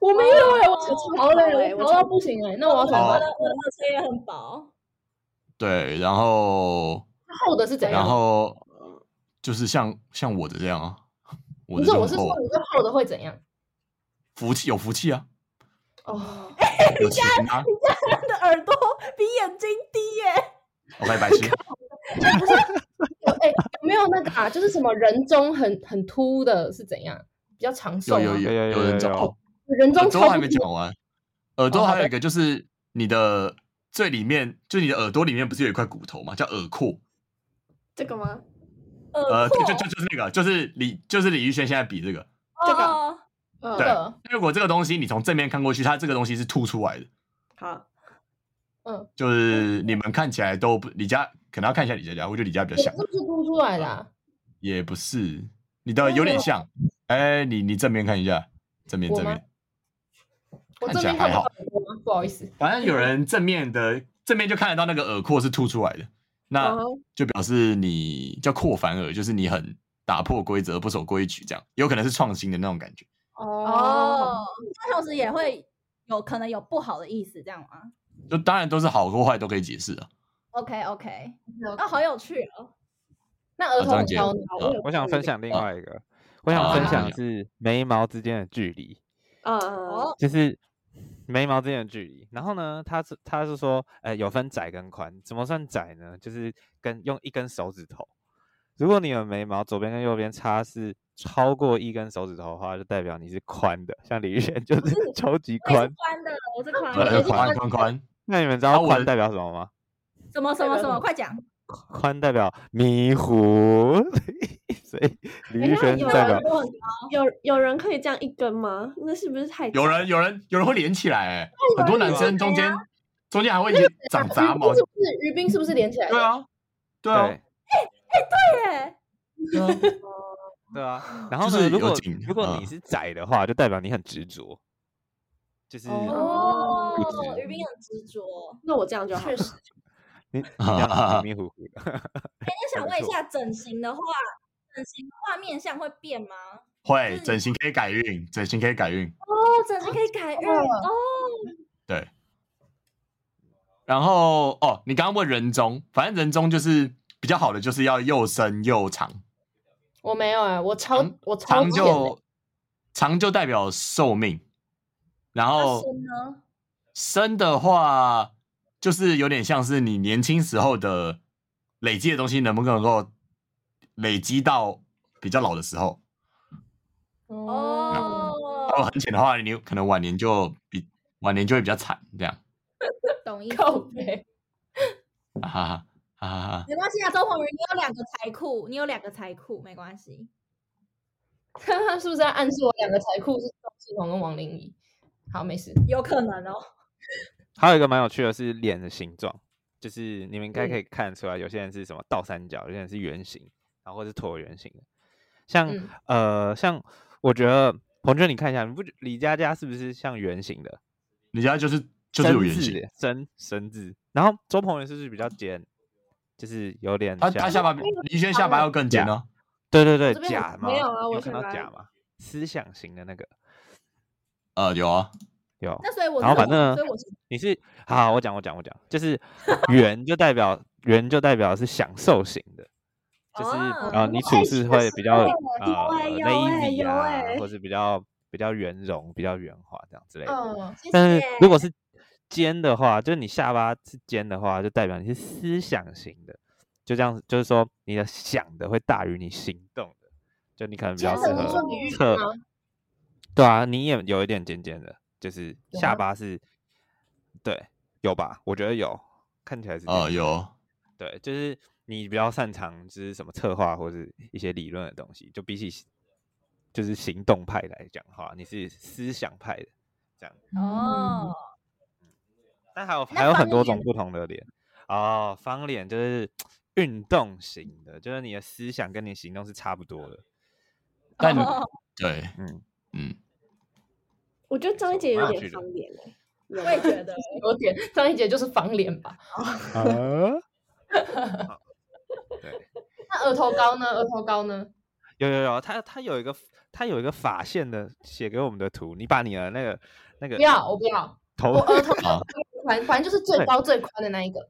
S3: 我没有哎、
S5: 哦
S3: 我
S5: 我
S3: 好
S5: 超
S3: 嘞，
S5: 哎
S3: 我
S5: 我
S3: 超到
S5: 超
S3: 不行哎、那我要
S1: 觉
S3: 怎
S1: 得
S3: 么
S1: 我
S4: 哦
S3: 办？
S1: 的我的耳垂也很薄，
S4: 对，然后
S3: 厚的是怎样？
S4: 然后就是像像我的这样啊，我
S3: 不
S4: 的
S3: 是，
S4: 就
S3: 我
S4: 很
S3: 是说
S4: 厚啊，
S3: 你这厚的会怎样？
S4: 福气有福气啊，
S3: 哦，
S4: 有钱啊。
S1: 他的耳朵比眼睛低耶、
S4: 我哦拜白痴，
S3: 哎、有没有那个啊？就是什么人中很很凸的是怎样？比较长寿
S4: 有
S3: 吗？
S4: 有有
S2: 有有
S4: 有
S2: 有
S4: 人找
S2: 有
S4: 哦，
S3: 人中
S4: 耳朵
S3: 超
S4: 还
S3: 不
S4: 没
S3: 凸
S4: 讲完，耳朵
S3: 哦好
S4: 还有一个就是你的最里面，就你的耳朵里面不是有一块骨头嘛，叫耳廓。
S5: 这个吗？
S4: 呃，
S1: 耳
S4: 就
S1: 廓，
S4: 就就就是那个，就是李就是李玉轩现在比这个，
S1: 哦
S5: 这个
S1: 哦
S5: 嗯，
S4: 对
S3: 的，
S4: 如果这个东西你从正面看过去，它这个东西是凸出来的，
S5: 好，
S3: 嗯，
S4: 就是你们看起来都不李佳，可能要看一下李佳佳，我觉得李佳比较
S3: 你
S4: 像
S3: 是，不是凸出来的、啊？
S4: 嗯也不是你的有点像，哎，你你正面看一下，正面
S3: 我
S4: 正
S3: 吗
S4: 面，
S3: 我
S4: 看
S3: 这
S4: 起来
S3: 边看
S4: 还
S3: 不到
S4: 好
S3: 耳朵吗？不好意思，
S4: 反正有人正面的正面就看得到那个耳廓是凸出来的，那
S5: 哦
S4: 就表示你叫扩反耳，就是你很打破规则、不守规矩这样，有可能是创新的那种感觉。
S3: 哦，
S1: 哦，它同时也会有可能有不好的意思，这样吗
S4: 就当然都是好或坏都可以解释啊。
S1: ？OK OK，啊，好有趣哦，
S3: 那额
S4: 啊
S3: 头
S4: 张
S3: 很
S4: 姐
S3: 高呢？
S5: 好有
S2: 我想
S5: 注
S2: 分
S5: 意
S2: 享另
S4: 啊
S2: 外一个，我想分
S3: 啊
S2: 享
S4: 啊
S2: 是眉毛之间的距离，
S5: 嗯
S1: 哦
S5: 嗯，嗯
S2: 就是眉毛之间的距离。然后呢，他是他是说，呃，有分窄跟宽，怎么算窄呢？就是跟用一根手指头，如果你的眉毛左边跟右边差是超过一根手指头的话，就代表你是宽的，像李玉轩就是 超级
S1: 我
S5: 啊
S1: 也哎是
S2: 宽。
S1: 宽的，我是宽
S3: 我也
S4: 呃
S3: 是
S1: 的，
S4: 宽宽宽，
S2: 那你们知
S4: 啊
S2: 道
S4: 我
S2: 宽
S4: 的
S2: 代表什么吗？
S1: 什么什么什么，快讲，
S2: 宽代表迷糊， 所以李
S5: 等一
S2: 玉
S5: 下
S2: 轩
S5: 有
S2: 代
S5: 人
S2: 表
S5: 跟我有有人可以这样一根吗？那是不是太
S4: 有人有人有人会连起来、欸，
S1: 啊
S4: 很多男生中间中间还会一起长杂毛
S3: 于。是不是于斌是不是连起来的？
S4: 对啊，对啊
S2: 对，
S1: 耶，
S4: 对啊
S2: 对啊。然后
S4: 就
S2: 呢，
S4: 是
S2: 如
S4: 有
S2: 果
S4: 紧
S2: 如果你
S4: 嗯
S2: 是窄的话，就代表你很执着，就是
S1: 哦
S5: 哦，
S1: 于斌很执着。哎
S5: 那我这样就好了。
S3: 确实，
S2: 你你这样迷迷糊糊的。
S1: 那想
S2: 没
S1: 问一
S2: 错
S1: 下，整形的话，整形的话面相会变吗？
S4: 会整形可以改运，整形可以改运。
S1: 哦，整形可以改运
S3: 的
S1: 哦，
S4: 对。然后哦，你刚刚问人中，反正人中就是比较好的，就是要又深又长，
S3: 我没有哎、我超
S4: 长
S3: 我超
S4: 长
S3: 贱的
S1: 欸
S4: 就长就代表寿命，然
S1: 那
S2: 哦
S4: 后
S1: 深呢？
S4: 深的话就是有点像是你年轻时候的累积的东西，能不能够累积到比较老的时候？
S1: 哦
S4: 然，后很浅的话，你可能晚年就比晚年就会比较惨，这样，
S1: 懂意思。
S3: 靠背，
S4: 啊哈哈啊哈哈。
S1: 没关系啊，周鸿祎，你有两个财库，你有两个财库，没关系。
S3: 看他 是不是在暗示我两个财库是周志鹏跟王玲仪？好，没事。
S1: 有可能哦。
S2: 还有一个蛮有趣的是脸的形状，就是你们应该
S3: 嗯
S2: 可以看得出来，有些人是什么倒三角，有些人是圆形，然后或是椭圆形的。像、
S3: 嗯
S2: 呃，像我觉得彭娟，你看一下，你不觉李佳佳是不是像圆形的？
S4: 人家就是就是有
S2: 深
S4: 原
S2: 字
S4: 型，
S2: 的深深字。然后周鹏元是不是比较尖？就是有点
S4: 他
S2: 像
S4: 他下巴比李宇轩下巴要更尖哦呢、
S2: 对对对
S3: 这边有
S2: 假吗？
S5: 没有啊我
S2: 看
S5: 下
S2: 到
S5: 巴
S2: 假吗？思想型的那个
S4: 啊，呃，有啊，
S2: 有。
S1: 那所以我
S2: 然后
S1: 是
S2: 反正呢
S1: 所以我是
S2: 你是好好，我讲我讲我讲，就是圆就代表圆就代表是享受型的，就是
S1: 哦
S2: 呃你处事会比较
S5: 有
S2: 呃
S5: 欸有欸
S2: lazy 啊
S5: 有，欸
S2: 或是比较比较圆融、比较圆滑这样之类的。
S5: 哦
S3: 嗯，
S1: 谢
S2: 但
S1: 谢
S2: 是。如果是尖的话，就是你下巴是尖的话，就代表你是思想型的，就这样，子，就是说你的想的会大于你行动的，就你可能比较
S3: 尖
S2: 适
S3: 的你
S2: 合
S3: 说李玉轩
S2: 侧
S3: 吗？
S2: 对啊，你也有一点尖尖的，就是
S3: 有
S2: 下
S3: 吗
S2: 巴是，对，有吧？我觉得有，看起来是这
S4: 呃，
S2: 样
S4: 有，
S2: 对，就是你比较擅长就是什么策划或是一些理论的东西，就比起就是行动派来讲的话，你是思想派的。这样。
S1: 哦，
S2: 但还有
S1: 那
S2: 还有
S1: 方
S2: 很多种
S1: 脸
S2: 不同的脸哦，方脸就是运动型的，就是你的思想跟你行动是差不多 的。
S4: 但
S1: 哦
S4: 对，
S2: 嗯，
S4: 嗯，
S5: 我觉得张一杰有
S2: 蛮有
S5: 点
S2: 趣的
S5: 方脸哎、
S1: 我
S5: 有
S1: 也
S5: 吗
S1: 觉得，
S3: 有点张一杰就是方脸吧？
S2: 啊， 对，
S3: 那额头高呢？额头高呢？
S2: 有有有，他他有一个他有一个发线的写给我们的图，你把你的那个那个
S3: 不要，我不要，
S2: 头
S3: 我呃额头
S4: 好，
S3: 宽，反正就是最高最宽的那一个。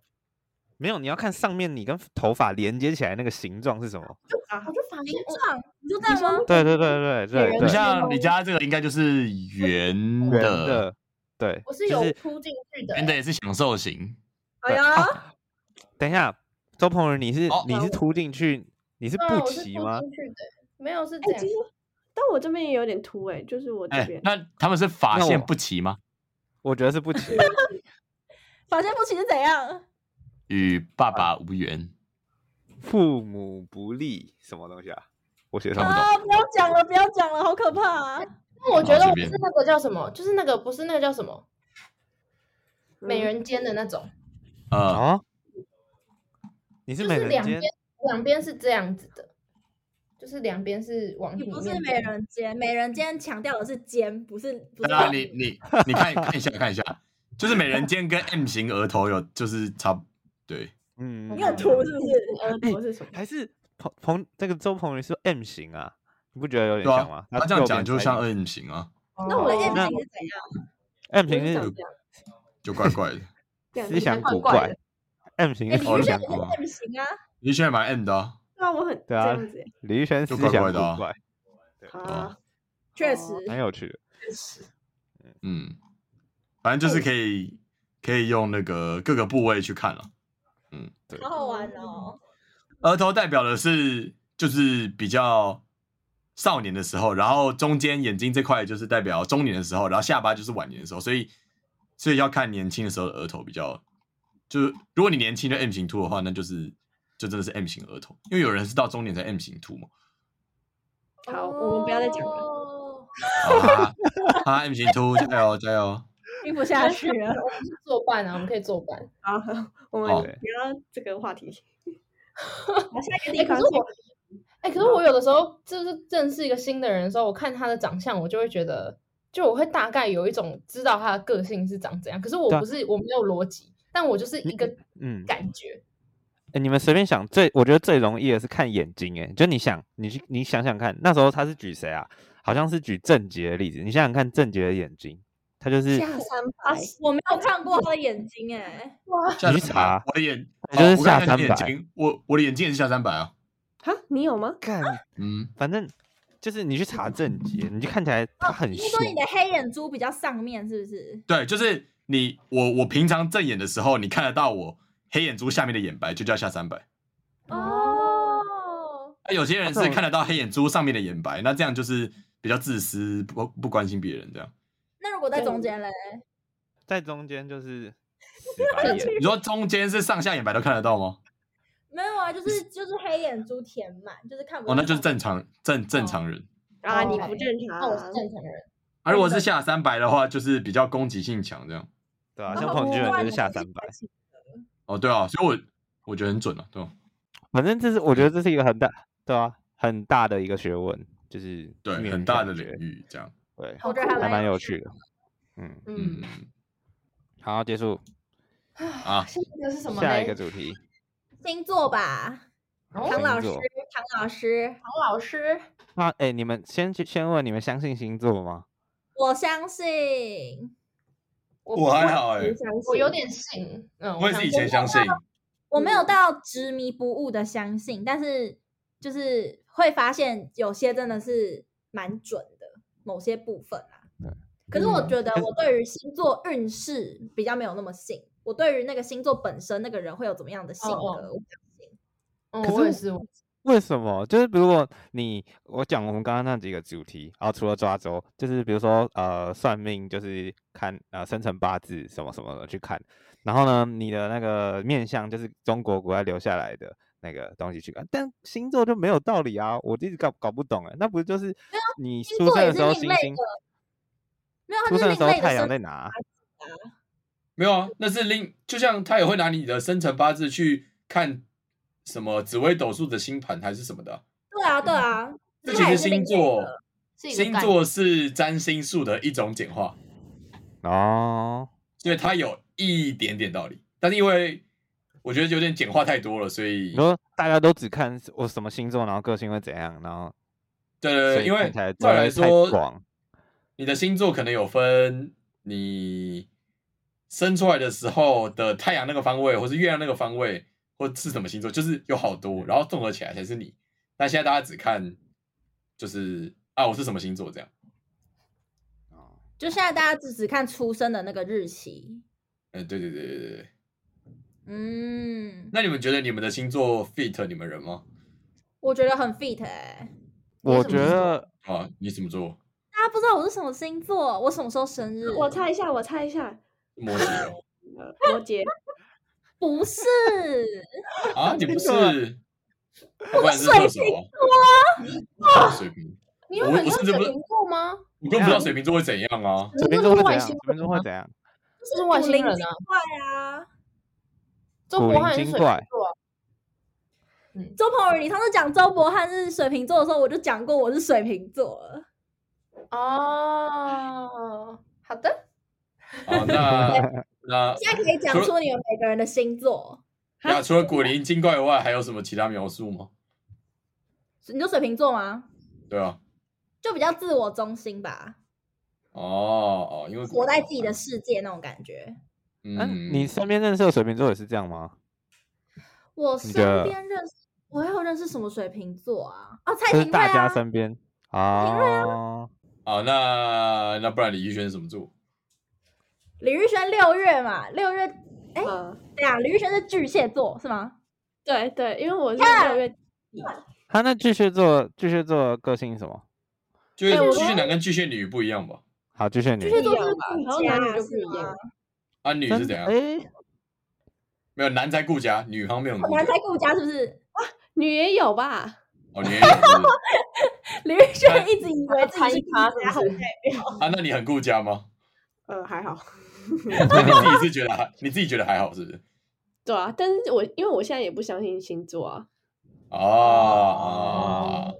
S2: 没有，你要看上面你跟头发连接起来那个形状是什么。
S5: 啊
S3: 我就发现
S1: 形
S3: 我
S1: 状，哦你就这样吗？
S2: 对对对对对
S5: 人
S4: 你
S2: 对，
S4: 像你家这个应该就是圆
S2: 圆
S4: 的，
S2: 的，对，
S3: 我是
S2: 就
S3: 有
S2: 是
S3: 凸进去的欸
S4: 圆的也是享受型，
S1: 哎
S2: 啊
S1: 呀，
S2: 等一下，周鹏宇，你是
S4: 哦
S3: 呃
S2: 你是凸进去，你是
S3: 欸，嗯，
S2: 不
S3: 我是凸
S2: 齐吗？
S3: 进去的，欸没有是这
S5: 哎、
S3: 样
S5: 其。实但我这边也有点凸哎、就是我这
S4: 哎
S5: 边、，
S4: 那他们是发
S2: 那
S4: 线
S2: 我
S4: 不齐吗？
S2: 我觉得是不齐。
S1: 发现不齐是怎样？
S4: 与爸爸无缘，
S2: 父母不利什么东西啊？我写上不懂。
S1: 啊，不要讲了，不要讲了，好可怕啊！
S3: 那我觉
S4: 好
S3: 得
S4: 随
S3: 我
S4: 便
S3: 是那个叫什么，就是那个不是那个叫什么美
S5: 嗯
S3: 人尖的那种，
S4: 呃，
S2: 哦，你
S3: 就是
S2: 美
S3: 是
S2: 人
S3: 两
S2: 尖
S3: 边两边是这样子的，就是两边是往
S1: 你
S3: 里
S1: 不是
S3: 面
S1: 美
S3: 的。
S1: 人尖，美人尖强调的是尖，不是不是
S4: 那
S1: 两。
S4: 你你你看看一下看一下，就是美人尖跟 M 型额头有就是差不对，
S2: 嗯，
S1: 你有
S2: 图
S1: 图是不是？
S5: 额头是什么？
S2: 还是彭彭这个周鹏宇是 M 型啊？你不觉得有点
S4: 对
S2: 像
S4: 啊
S2: 吗，？
S4: 他这样
S2: 右
S4: 讲
S2: 边
S4: 就
S2: 才
S4: 像
S2: 有
S4: M 型啊，
S5: 那我的
S1: 的
S5: 哦
S1: M
S2: 那
S1: 型是怎样？
S2: M
S5: 我
S2: 型
S5: 是长
S2: 是
S5: 这样
S4: 就怪怪的。
S5: 这样
S2: 思想
S3: 怪
S2: 古
S3: 怪
S2: 怪
S3: 的
S2: ，M 型
S1: 哎，
S2: 是
S1: 李
S4: 我
S1: 宇轩
S2: 思
S4: 也
S2: 想
S1: 也
S4: 想
S2: 古
S1: 是
S4: 过
S1: M 型啊，
S4: 你选蛮 M 的啊，
S5: 对啊，我很这
S2: 对啊
S5: 样子、欸，
S2: 李宇轩思
S4: 就
S2: 想
S4: 怪怪
S2: 古
S4: 的啊
S2: 怪，
S5: 啊，
S1: 确
S5: 哦
S1: 实。
S2: 蛮有趣的。
S4: 嗯，反正就是可以可以用那个各个部位去看了。
S1: 好好玩哦！
S4: 额头代表的是就是比较少年的时候，然后中间眼睛这块就是代表中年的时候，然后下巴就是晚年的时候，所以所以要看年轻的时候的额头比较，就是如果你年轻的 M 型凸的话，那就是就真的是 M 型额头，因为有人是到中年才 M 型凸嘛。
S5: 好，我们不要再讲了。
S1: 了，
S4: 好哈哈哈 M 型凸，加油加油！
S1: 听不下去了。
S3: 作伴啊，我们可以作伴。
S5: 好，我们
S4: 哦
S5: 不要这个话题。
S1: 好，下一个
S3: 哎、
S1: 地
S3: 可
S1: 方
S3: 是
S1: 是
S3: 我，哎、可是我有的时候就是认识一个新的人的时候，我看他的长相，我就会觉得，就我会大概有一种知道他的个性是长怎样。可是我
S2: 对啊
S3: 不是，我没有逻辑，但我就是一个
S2: 嗯，
S3: 感觉。
S2: 欸你们随便想最，我觉得最容易的是看眼睛、欸。哎，就你想，你去，你想想看，那时候他是举谁啊？好像是举郑杰的例子。你想想看，郑杰的眼睛，他就是
S5: 下三排，
S1: 我没有看过他的眼睛哎，
S4: 下
S2: 你
S4: 三百
S2: 查
S4: 我的眼，
S2: 你就是
S4: 哦我
S2: 下
S4: 刚才看你
S2: 三百
S4: 眼睛，我我的眼睛也是下三百啊。
S5: 哈，你有吗？
S2: 干，
S4: 嗯，
S2: 反正就是你去查郑杰，你就看起来他很
S1: 听
S2: 凶
S1: 说。
S3: 哦
S1: 你的黑眼珠比较上面是不是？
S4: 对，就是你我我平常正眼的时候，你看得到我黑眼珠下面的眼白，就叫下三百。
S1: 哦，
S4: 啊，有些人
S2: 啊这
S4: 是
S2: 种
S4: 看得到黑眼珠上面的眼白，那这样就是比较自私，不不关心别人这样。
S1: 那如果在中间嘞？
S2: 在中间就是死 白眼，
S4: 你说中间是上下眼白都看得到吗？
S1: 没有啊，就是就是黑眼珠填满，就是看不
S4: 哦，
S1: 到。
S4: 那就是正常正正常人。
S5: 啊，
S3: 哦
S5: 你不正常
S3: 那我是
S5: 啊。
S3: 正常人，
S4: 而如果是下三白的话，就是比较攻击性强这样。
S2: 对啊，
S1: 哦。
S2: 像
S1: 好
S2: 彭
S1: 奇
S2: 俊
S1: 怪你
S2: 仁就是下
S1: 不
S2: 三百。
S4: 哦，对啊，所以我我觉得很准啊，对吧？
S2: 反正这是我觉得这是一个很大，对啊，很大的一个学问，就是
S4: 对，
S2: 面
S4: 很大的
S2: 相
S4: 领
S2: 学，
S4: 域这样。
S2: 对，
S1: 我觉得
S2: 还
S1: 还
S2: 蛮
S1: 蛮
S2: 有
S1: 有
S2: 趣的。嗯，
S3: 嗯
S4: 嗯，
S2: 好，结束
S4: 啊，
S3: 下一个是什么
S2: 嗯
S3: 嘞？
S2: 下一个主题。
S1: 星座吧，
S3: 哦
S1: 唐老
S2: 星
S1: 师
S2: 座，
S1: 唐老师，
S3: 唐老师，
S2: 那哎、欸你们先去先问你们相信星座吗？
S1: 我相信，
S3: 我
S4: 我还好哎、
S5: 你啊相信
S3: 我有点信，嗯，
S4: 我也是以前
S3: 想
S4: 相信，
S1: 我没有
S2: 嗯
S1: 到执迷不悟的相信，但是就是会发现有些真的是蛮准的，某些部分啊
S2: 对。嗯
S1: 可是我觉得
S2: 但是
S1: 我对于星座运势比较没有那么信，我对于那个星座本身那个人会有怎么样的性格，
S3: 哦
S1: 我相信。
S3: 嗯，
S2: 可是
S3: 我也是，我
S2: 为什么？就是如果你我讲我们刚刚那几个主题，然后除了抓周，就是比如说呃算命，就是看呃生辰八字什么什么的去看，然后呢你的那个面相就是中国古代留下来的那个东西去看，但星座就没有道欸理啊，我一直搞搞不懂哎、那不就是你
S1: 星
S2: 出
S1: 座
S2: 生
S1: 也
S2: 的
S1: 是
S2: 时候
S1: 另
S2: 星
S1: 类
S2: 星
S1: 的？没有，它
S2: 出
S1: 就是另
S2: 生的时候
S1: 类
S2: 太
S1: 的生啊
S2: 阳在哪？
S4: 没有啊，那是另就像他也会拿你的生辰八字去看什么紫微斗数的星盘还是什么的啊，
S1: 对啊，对啊，
S2: 嗯
S4: 这
S1: 它
S4: 其
S1: 也
S4: 实
S1: 是另
S4: 星
S1: 类
S4: 座
S1: 的
S3: 是一个
S4: 星
S3: 概
S4: 座是占星术的一种简化，
S2: 哦，
S4: 所以它有一点点道理，但是因为我觉得有点简化太多了，所以
S2: 你说大家都只看我什么星座，然后个性会怎样，然后
S4: 对
S2: 所
S4: 对，
S2: 以
S4: 因为
S2: 看起来
S4: 对我来
S2: 真的太
S4: 说
S2: 广，
S4: 你的星座可能有分你生出来的时候的太阳那个方位，或是月亮那个方位，或是什么星座，就是有好多，然后综合起来才是你。但现在大家只看就是啊，我是什么星座这样。
S1: 就现在大家只只看出生的那个日期，
S4: 嗯，对对对对对对。
S1: 嗯，
S4: 那你们觉得你们的星座 fit 你们人吗？
S1: 我觉得很 fit 哎、
S2: 我
S3: 什
S2: 觉
S3: 么星座
S2: 得
S4: 啊，你怎么做？
S1: 大家不知道我是什么星座，我什么时候生日？
S3: 嗯
S5: 我猜一下，我猜一下，
S4: 摩羯哦
S5: 呃摩羯，
S1: 不 是，
S4: 啊，你不 是？
S2: 真
S4: 要不然是射手 啊？水瓶，
S3: 你
S4: 我
S3: 有很
S4: 我
S3: 多
S4: 甚至
S3: 水
S4: 不
S3: 瓶座吗？
S4: 我根本不知道水瓶座会怎样啊！
S2: 水瓶
S3: 那
S2: 座会
S3: 是
S2: 怎
S3: 外
S2: 样？
S3: 星
S2: 水瓶座会怎样？
S3: 这是外
S1: 古
S3: 星
S1: 灵
S3: 人
S1: 精
S3: 啊，
S1: 怪啊！
S3: 周
S2: 古
S3: 伯
S2: 灵
S3: 翰是
S2: 精
S3: 水瓶
S2: 怪
S3: 座啊，
S1: 周鹏宇，你上次讲周伯翰是水瓶座的时候，我就讲过我是水瓶座了。
S3: 哦，好的，
S4: 啊，那 那
S1: 现在可以讲出你们每个人的星座。
S4: 那除了古灵精怪以外，还有什么其他描述吗？
S1: 你说水瓶座吗？
S4: 对啊，
S1: 就比较自我中心吧，
S4: 哦哦，因为
S1: 活在自己的世界那种感觉。
S2: 嗯，
S4: 嗯，
S2: 你身边认识的水瓶座也是这样吗？
S1: 我
S2: 你
S1: 身
S2: 觉得
S1: 边认识，我还有认识什么水瓶座啊？哦，蔡
S2: 就
S1: 廷
S2: 是
S1: 瑞
S2: 大家
S1: 啊，
S2: 身边
S1: 评
S2: 啊，
S4: 啊，那那不然李宇轩是什么座？
S1: 李玉轩六月嘛，六月哎
S5: 呃，
S1: 对啊，李玉轩是巨蟹座是吗？
S5: 对对，因为我是
S1: 看
S5: 六月底，
S2: 他那巨蟹座，巨蟹座的个性是什么？
S4: 就是
S5: 哎我
S4: 巨蟹男跟巨蟹女不一样吧？
S2: 好，巨蟹女
S1: 巨蟹
S5: 不
S1: 座
S5: 一
S1: 就
S5: 样
S1: 是顾
S5: 吧然后男
S1: 家
S5: 女就是不一
S1: 吗
S5: 样
S4: 啊，女
S2: 真
S4: 是怎样？
S2: 哎，
S4: 没有男在顾家，女好像没有顾
S1: 哦男
S4: 家
S1: 才。顾家是不是？
S5: 女也有吧？
S4: 哦，你也有是不是
S1: 李玉轩一直以为自己是
S5: 他
S1: 顾家
S5: 是不是
S4: 啊？那你很顾家吗？
S5: 呃，还好，
S4: 所以你自己是觉得还，你自己觉得还好是不是？
S5: 对啊，但是我因为我现在也不相信星座啊，
S4: 啊啊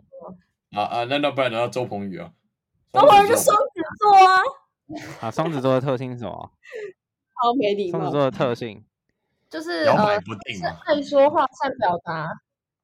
S4: 啊啊！那那不然等到周鹏宇啊？
S1: 然后我就
S4: 双子座
S1: 双子座啊，
S2: 啊，双子座的特性是什么？
S5: 超没礼
S2: 双子
S5: 貌。
S2: 座的特性，
S3: 就是
S6: 摇
S3: 呃
S1: 哦
S6: 摆，不定
S3: 是
S6: 嘛。
S3: 爱说话、善表达，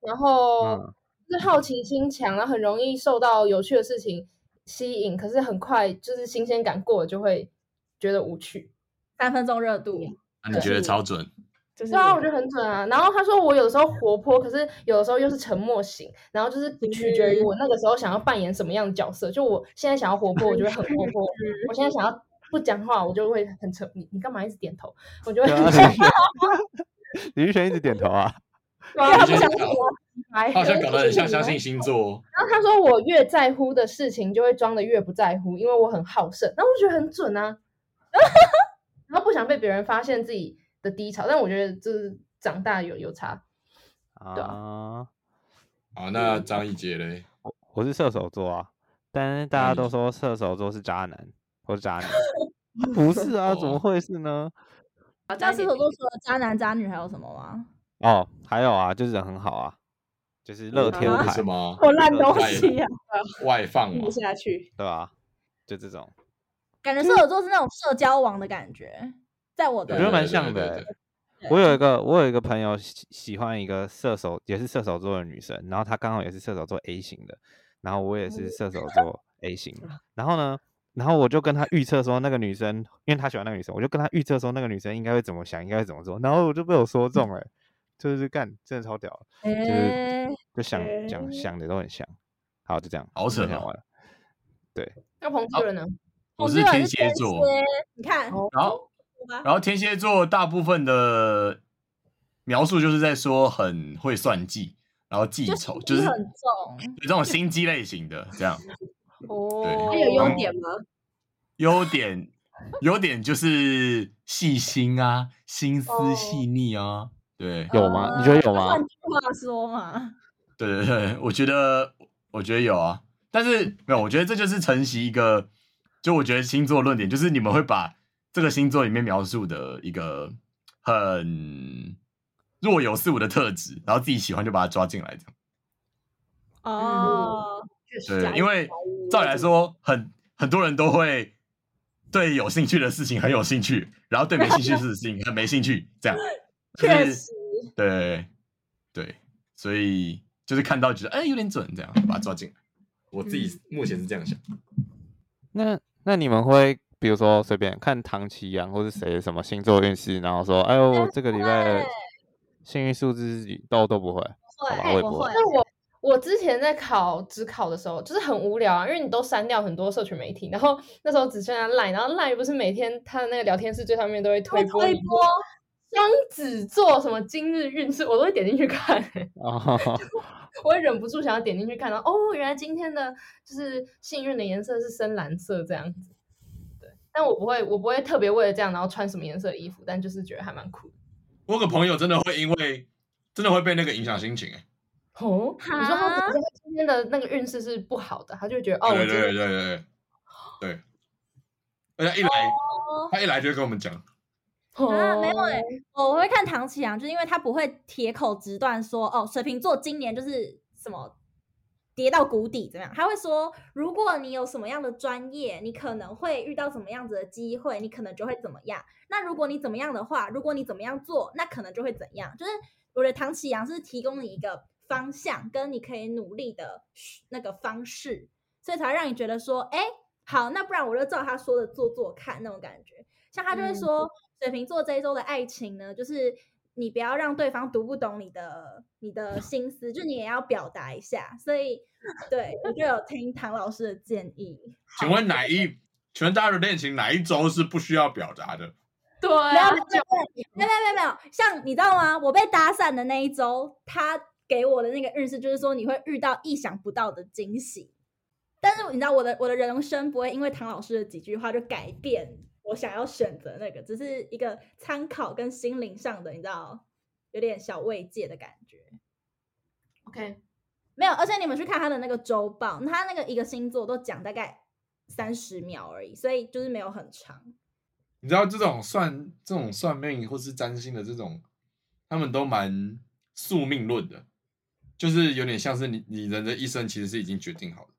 S3: 然后
S2: 嗯
S3: 就是好奇心强，然后很容易受到有趣的事情吸引，可是很快就是新鲜感过了就会觉得无趣。
S1: 三分钟热度。
S6: 那你觉得超准？
S5: 就是
S3: 对啊，我觉得很准啊。然后他说我有的时候活泼，可是有的时候又是沉默型，然后就是取决于我那个时候想要扮演什么样的角色。就我现在想要活泼，我就会很活 泼；我现在想要不讲话，我就会很沉。你你干嘛一直点头？我就会
S2: 对
S3: 很
S2: 啊
S3: 沉。
S2: 李宇轩一直点头啊，
S3: 对啊，他不
S4: 你
S3: 想
S4: 觉得
S3: 讲
S4: 他好像搞得很像相信星座哦。
S3: 然后他说我越在乎的事情，就会装的越不在乎，因为我很好胜。那我觉得很准啊， 然后不想被别人发现自己的低潮，但我觉得就是长大有有差。对
S2: 啊，
S4: 好，那张一杰嘞？
S2: 我我是射手座啊，但是大家都说射手座是渣男或是渣女， 不是啊，怎么会是呢？
S5: 好
S1: 那
S5: 再一
S1: 射
S5: 点
S1: 手座除了渣男渣女还有什么吗？哦
S2: 哦，还有啊，就是人很好啊，就是乐天
S5: 啊
S2: 派，
S4: 什
S2: 对
S4: 么
S5: 我烂东
S4: 太
S5: 西啊呀、
S4: 外放
S5: 听
S4: 嘛
S6: 哦
S5: 不？
S1: 啊
S5: 下去。
S2: 吧？就这种，
S1: 感
S5: 嗯
S1: 觉射手座是那种社交王的感觉，在我
S4: 对
S2: 我觉得
S1: 的
S4: 对
S2: 蛮
S4: 对
S2: 像的
S4: 对
S2: 欸
S4: 对
S2: 我有一个，我有一个朋友喜喜欢一个射手，也是射手座的女生，然后她刚好也是射手座 A 型的，然后我也是射手座 A 型 的，然后呢，然后我就跟她预测说那个女生，因为她喜欢那个女生，我就跟她预测说那个女生应该会怎么想，应该会怎么做，然后我就被我说中了欸，就是干，真的超屌，就是
S1: 诶，
S2: 就想讲想的都很像，好，就这样，
S6: 好扯
S2: 分享
S6: 哦
S2: 完了，
S3: 那彭志伦呢？
S6: 我
S1: 同
S6: 是
S1: 志们
S6: 天
S1: 是天
S6: 蝎座，
S1: 蝎，你看，
S3: 哦
S6: 然后
S1: 我吧
S6: 然后天蝎座大部分的描述就是在说很会算计，然后记
S1: 就是
S6: 仇，就是
S1: 心机很
S6: 有
S1: 重，
S6: 这种心机类型的这样。
S3: 哦，
S5: 他有优
S6: 然后
S5: 点吗？
S6: 优点优点就是细心啊，心思
S1: 哦
S6: 细腻啊。对
S2: 有吗？你觉得有吗
S1: 呃换？句话说嘛，
S6: 对对对，我觉得我觉得有啊，但是没有，我觉得这就是承袭一个
S4: 就我觉得星座论点就是你们会把这个星座里面描述的一个很若有似无的特质，然后自己喜欢就把它抓进来，这样。
S1: 哦，
S5: 确实假
S4: 对，
S5: 意
S4: 因
S5: 假意
S4: 为嗯照理来，说，很很多人都会对有兴趣的事情很有兴趣，然后对没兴趣的事情很没兴趣，这样。就是
S5: 确实，
S4: 对对，所以就是看到觉得哎、有点准，这样把它抓进来。我自己
S3: 嗯
S4: 目前是这样想，
S2: 那那你们会比如说随便看唐奇阳或是谁什么星座运势，然后说哎呦这个礼拜的幸运数字是几都都不会，好吧我
S1: 会
S2: 也
S1: 不
S2: 不
S1: 会
S2: 会，
S3: 那我我之前在考职考的时候，就是很无聊啊，因为你都删掉很多社群媒体，然后 那时候只剩下 Line，然后 Line 不是每天他的那个聊天室最上面都会推
S1: 会
S3: 播
S1: 推
S3: 你
S1: 波
S3: 双子座什么今日运势，我都会点进去看、
S2: 哦，
S3: 我会忍不住想要点进去看，然后哦，原来今天的就是幸运的颜色是深蓝色这样子。对，但我不会，我不会特别为了这样然后穿什么颜色的衣服，但就是觉得还蛮酷的。
S7: 我有个朋友真的会因为真的会被那个影响心情、欸，
S3: 哦，你说
S1: 哈
S3: 他只是他今天的那个运势是不好的，他就会觉得哦，
S7: 对
S3: 我今
S7: 对对
S3: 天
S7: 对 对对，对而且一来、他一来就会跟我们讲，
S1: 啊，没有
S3: 哦
S1: 哎、我会看唐启阳，就是因为他不会铁口直断说哦，水瓶座今年就是什么跌到谷底怎么样，他会说如果你有什么样的专业，你可能会遇到怎么样子的机会，你可能就会怎么样。那如果你怎么样的话，如果你怎么样做，那可能就会怎样。就是我觉得唐启阳是提供你一个方向，跟你可以努力的那个方式，所以才会让你觉得说，哎，好，那不然我就照他说的做做看那种感觉。像他就会
S3: 嗯
S1: 说，水瓶座这一周的爱情呢，就是你不要让对方读不懂你的你的心思，就你也要表达一下。所以，对我就有听唐老师的建议。
S7: 请问哪一？请问大家的恋情哪一周是不需要表达的？
S3: 对
S1: 没有
S3: 啊，
S1: 没有没有没有没有，像你知道吗？我被打散的那一周，他给我的那个日式就是说你会遇到意想不到的惊喜。但是你知道我的我的人生不会因为唐老师的几句话就改变我想要选择那个，只是一个参考跟心灵上的，你知道，有点小慰藉的感觉。
S3: OK，
S1: 没有，而且你们去看他的那个周报，那他那个一个星座都讲大概三十秒而已，所以就是没有很长。
S7: 你知道这种算这种算命或是占星的这种，他们都蛮宿命论的，就是有点像是你你人的一生其实是已经决定好的，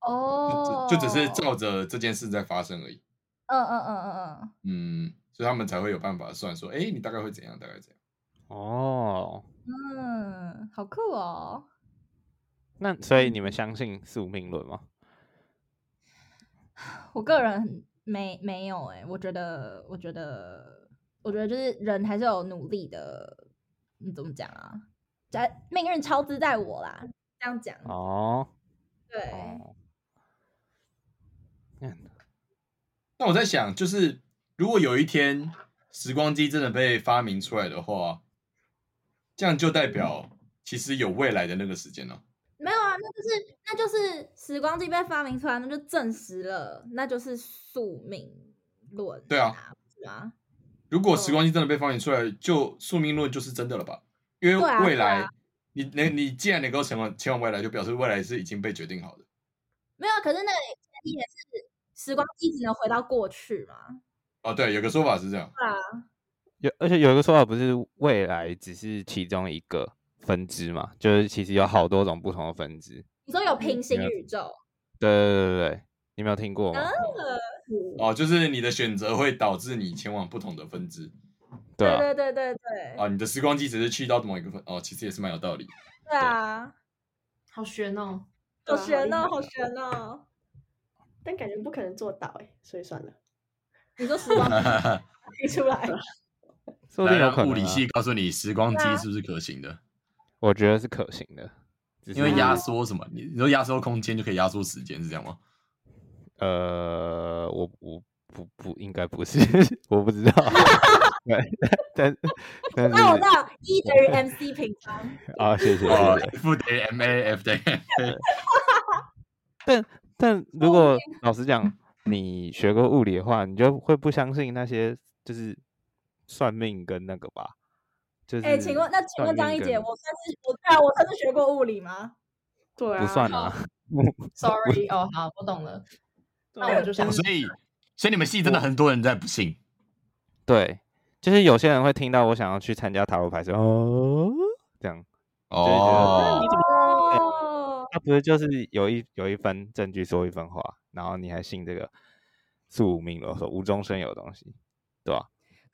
S1: 哦
S7: 就只就只是照着这件事在发生而已。
S1: 嗯嗯嗯嗯嗯，
S7: 嗯，所以他们才会有办法算说，哎，你大概会怎样，大概怎样。
S2: 哦，
S1: 嗯，好酷哦！
S2: 那所以你
S1: 嗯
S2: 们相信宿命论吗？
S1: 我个人没没有哎、我觉得，我觉得，我觉得就是人还是有努力的。你怎么讲啊？在命运超支在我啦，这样讲。
S2: 哦，
S1: 对，
S2: 哦，
S7: 那我在想，就是如果有一天时光机真的被发明出来的话，这样就代表其实有未来的那个时间了、
S1: 没有啊，那就是那就是时光机被发明出来，那就证实了，那就是宿命论、
S7: 对啊，
S1: 是吗？
S7: 如果
S1: 嗯
S7: 时光机真的被发明出来，就宿命论就是真的了吧？因为
S1: 对啊
S7: 未
S1: 对啊
S7: 来，你能你既然能够前往前往未来，就表示未来是已经被决定好的。
S1: 没有啊，可是那个前提也是时光机只能回到过去嘛。
S7: 哦，对，有个说法是这样，
S2: 有，而且有一个说法不是未来只是其中一个分支嘛，就是其实有好多种不同的分支。
S1: 你说有平行
S2: 没有
S1: 宇宙，
S2: 对对对对，你没有听过吗？
S1: 啊
S5: 嗯
S7: 哦，就是你的选择会导致你前往不同的分支
S2: 对啊，
S1: 对对对对
S4: 哦
S7: 啊，你的时光机只是去到某一个分，哦，其实也是蛮有道理。
S1: 对啊。
S3: 好悬哦。
S5: 对
S1: 好
S5: 啊好
S1: 悬
S5: 厉
S1: 哦，
S5: 害
S1: 好悬哦！
S5: 但感觉不可能做到哎，所以算了。
S1: 你说时光飞出 来，
S2: 说不
S4: 来
S2: 定有
S4: 让
S2: 可能、啊
S4: 物理系，告诉你时光机是不是可行的，
S2: 我觉得是可行的，只
S4: 因为
S2: 是
S4: 压缩什么，你你说压缩空间就可以压缩时间，是这样吗？
S2: 呃，我我不不应该不是，我不知道。 对， 但但
S1: 那我知
S2: 是
S1: 道 E 等于 MC 平方，
S2: 啊，谢谢谢
S4: 哦
S2: 谢。
S4: ，F 等于 m a f 等于 MA
S2: 但如果老实讲，你学过物理的话，你就会不相信那些就是算命跟那个吧。就是
S1: 哎、请问那请
S2: 算
S1: 问张
S2: 命
S1: 一姐，
S2: 跟
S1: 我算是我对啊，我算是学过物理吗？
S5: 对啊，
S2: 不算啊？
S3: Sorry，哦，好，我懂了。
S1: 那我就想
S4: 哦所以所以你们系真的很多人在不信，
S2: 对，就是有些人会听到我想要去参加塔罗牌，说哦，这样，
S4: 哦
S2: 你怎
S1: 哦，
S2: 他不是就是有一有一分证据说一分话，然后你还信这个宿命论，说无中生有的东西，对吧？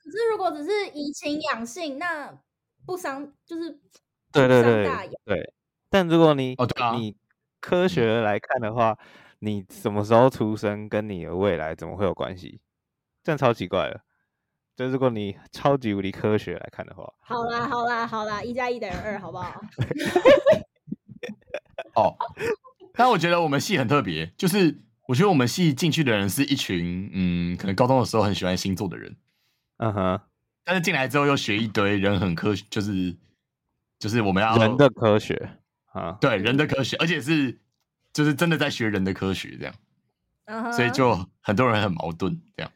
S1: 可是如果只是以情养性，那不伤就是
S2: 对
S1: 不
S2: 对
S1: 伤
S2: 对
S1: 大雅
S2: 对，但如果你
S4: 哦对啊
S2: 你科学来看的话，你什么时候出生跟你的未来怎么会有关系？这样超奇怪了。就如果你超级无敌科学来看的话，
S1: 好啦好啦好啦，一加一等于二，好不好？
S4: 哦，但我觉得我们系很特别，就是我觉得我们系进去的人是一群，嗯，可能高中的时候很喜欢星座的人，
S2: 嗯哼，
S4: 但是进来之后又学一堆人很科学，就是就是我们要
S2: 人的科学啊，
S4: 对人的科学，而且是就是真的在学人的科学这样，
S1: 嗯
S4: 所以
S1: 哼
S4: 就很多人很矛盾这样。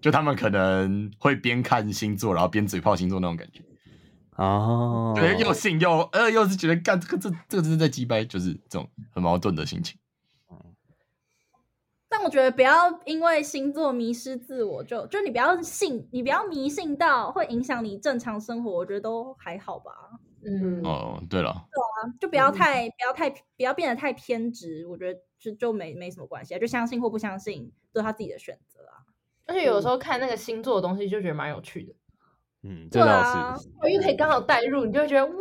S4: 就他们可能会边看星座，然后边嘴炮星座那种感觉，
S2: 哦，
S4: 对，又信又呃，又是觉得干这个这这个真是在鸡掰，就是这种很矛盾的心情。
S1: 但我觉得不要因为星座迷失自我，就就你不要信，你不要迷信到会影响你正常生活，我觉得都还好吧。
S3: 嗯，
S4: 哦，对了，
S1: 就不要
S5: 嗯
S1: 太、不要太不要变得太偏执，我觉得就就没没什么关系啊，就相信或不相信都是他自己的选择啊。
S3: 而且有时候看那个星座的东西就觉得蛮有趣的，
S2: 嗯，
S1: 对
S2: 这倒
S1: 啊
S2: 是，
S3: 因为可以刚好带入，你就会觉得哇，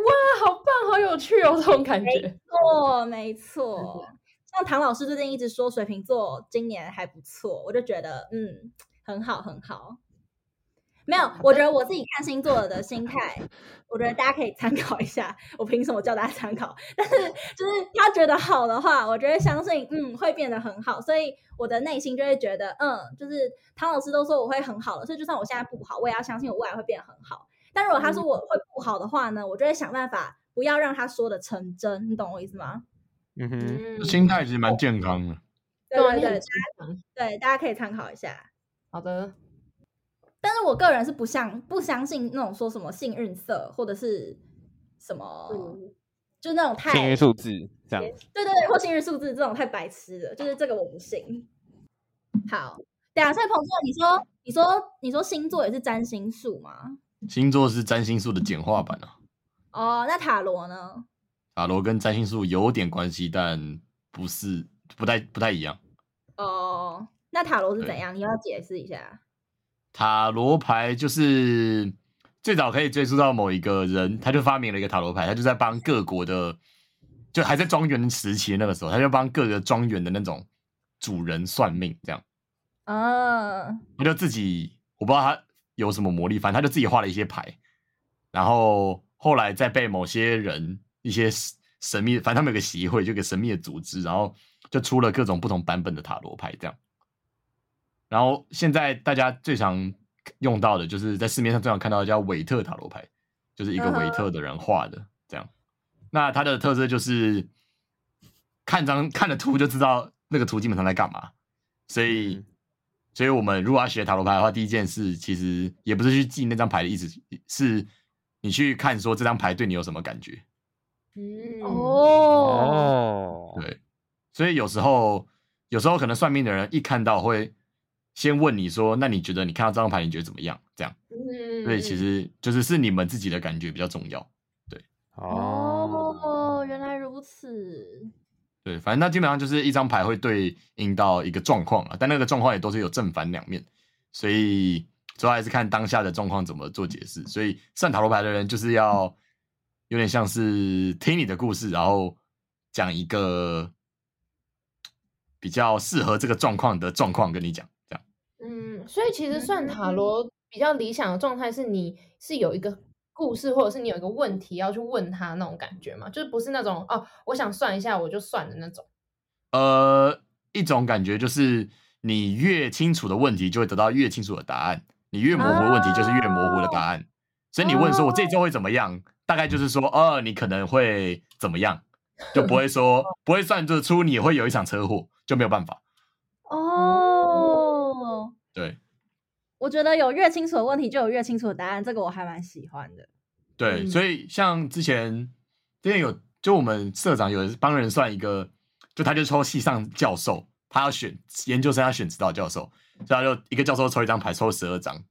S3: 好棒，好有趣哦，这种感觉。
S1: 错，没错。像唐老师最近一直说水瓶座今年还不错，我就觉得嗯，很好，很好。没有，我觉得我自己看星座的心态，我觉得大家可以参考一下。我凭什么叫大家参考？ 但是就是他觉得好的话，我就会相信，嗯，会变得很好。所以我的内心就会觉得，嗯，就是唐老师都说我会很好了，所以就算我现在不好，我也要相信我未来会变得很好。但如果
S3: 嗯
S1: 他说我会不好的话呢，我就会想办法不要让他说的成真，你懂我意思吗？
S2: 嗯哼，
S3: 嗯，
S4: 心态其实蛮健康的。
S1: 对
S3: 啊
S1: 对
S3: 你很
S1: 对
S3: 健康
S1: 对，大家可以参考一下。
S3: 好的，
S1: 但是我个人是不像不相信那种说什么幸运色或者是什么，
S5: 嗯
S1: 就那种太
S2: 幸运数字这样，
S1: 对对对，或幸运数字这种太白痴了，就是这个我不信。好，对啊，所以彭总，你说你说你说星座也是占星术吗？
S4: 星座是占星术的简化版啊，
S1: 哦，那塔罗呢？
S4: 塔罗跟占星术有点关系，但不是不太不太一样。
S1: 哦，那塔罗是怎
S4: 对
S1: 样？你要解释一下。
S4: 塔罗牌就是最早可以追溯到某一个人，他就发明了一个塔罗牌，他就在帮各国的，就还在庄园时期的那个时候，他就帮各个庄园的那种主人算命，这样
S1: 嗯，
S4: 他就自己我不知道他有什么魔力，反正他就自己画了一些牌，然后后来再被某些人一些神神秘，反正他们有个协会，就有个神秘的组织，然后就出了各种不同版本的塔罗牌这样。然后现在大家最常用到的就是在市面上最常看到的叫韦特塔罗牌，就是一个
S1: 嗯哼
S4: 韦特的人画的这样。那它的特色就是看张看了图就知道那个图基本上在干嘛，所以
S2: 嗯
S4: 所以我们如果要学塔罗牌的话，第一件事其实也不是去记那张牌的意思，是你去看说这张牌对你有什么感觉。
S3: 嗯，
S1: 哦，
S2: 哦，
S4: 对，所以有时候，有时候可能算命的人一看到会先问你说：“那你觉得你看到这张牌，你觉得怎么样？”这样，
S3: 嗯，
S4: 所以其实就是是你们自己的感觉比较重要。
S1: 哦，原来如此。
S4: 对，反正它基本上就是一张牌会对应到一个状况啊，但那个状况也都是有正反两面，所以主要还是看当下的状况怎么做解释。所以算塔罗牌的人就是要有点像是听你的故事，然后讲一个比较适合这个状况的状况跟你讲，这样。
S3: 嗯，所以其实算塔
S1: 嗯
S3: 罗比较理想的状态是，你是有一个故事，或者是你有一个问题要去问他那种感觉嘛，就是不是那种哦，我想算一下我就算的那种。
S4: 呃，一种感觉就是你越清楚的问题，就会得到越清楚的答案；你越模糊的问题，就是越模糊的答案。所以你问说“我这一周会怎么样”，大概就是说，哦，你可能会怎么样，就不会说不会算得出你会有一场车祸，就没有办法。
S1: 哦，
S4: 对
S1: 我觉得有越清楚的问题，就有越清楚的答案，这个我还蛮喜欢的。
S4: 对，
S3: 嗯
S4: 所以像之前之前有，就我们社长有帮人算一个，就他就抽系上教授，
S8: 他要选研究生，要选指导教授，所以他就一个教授抽一张牌，抽十二张，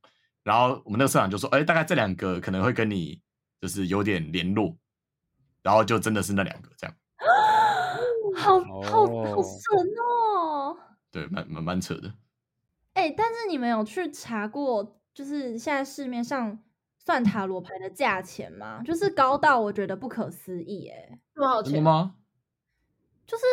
S8: 然后我们那个社长就说，哎、大概这两个可能会跟你就是有点联络，然后就真的是那两个这样，
S1: 好好好
S2: 哦
S1: 神哦！
S8: 对，蛮蛮蛮扯的。
S1: 哎、但是你们有去查过，就是现在市面上算塔罗牌的价钱吗？就是高到我觉得不可思议、哎，
S9: 多少
S8: 真的？吗？
S1: 就是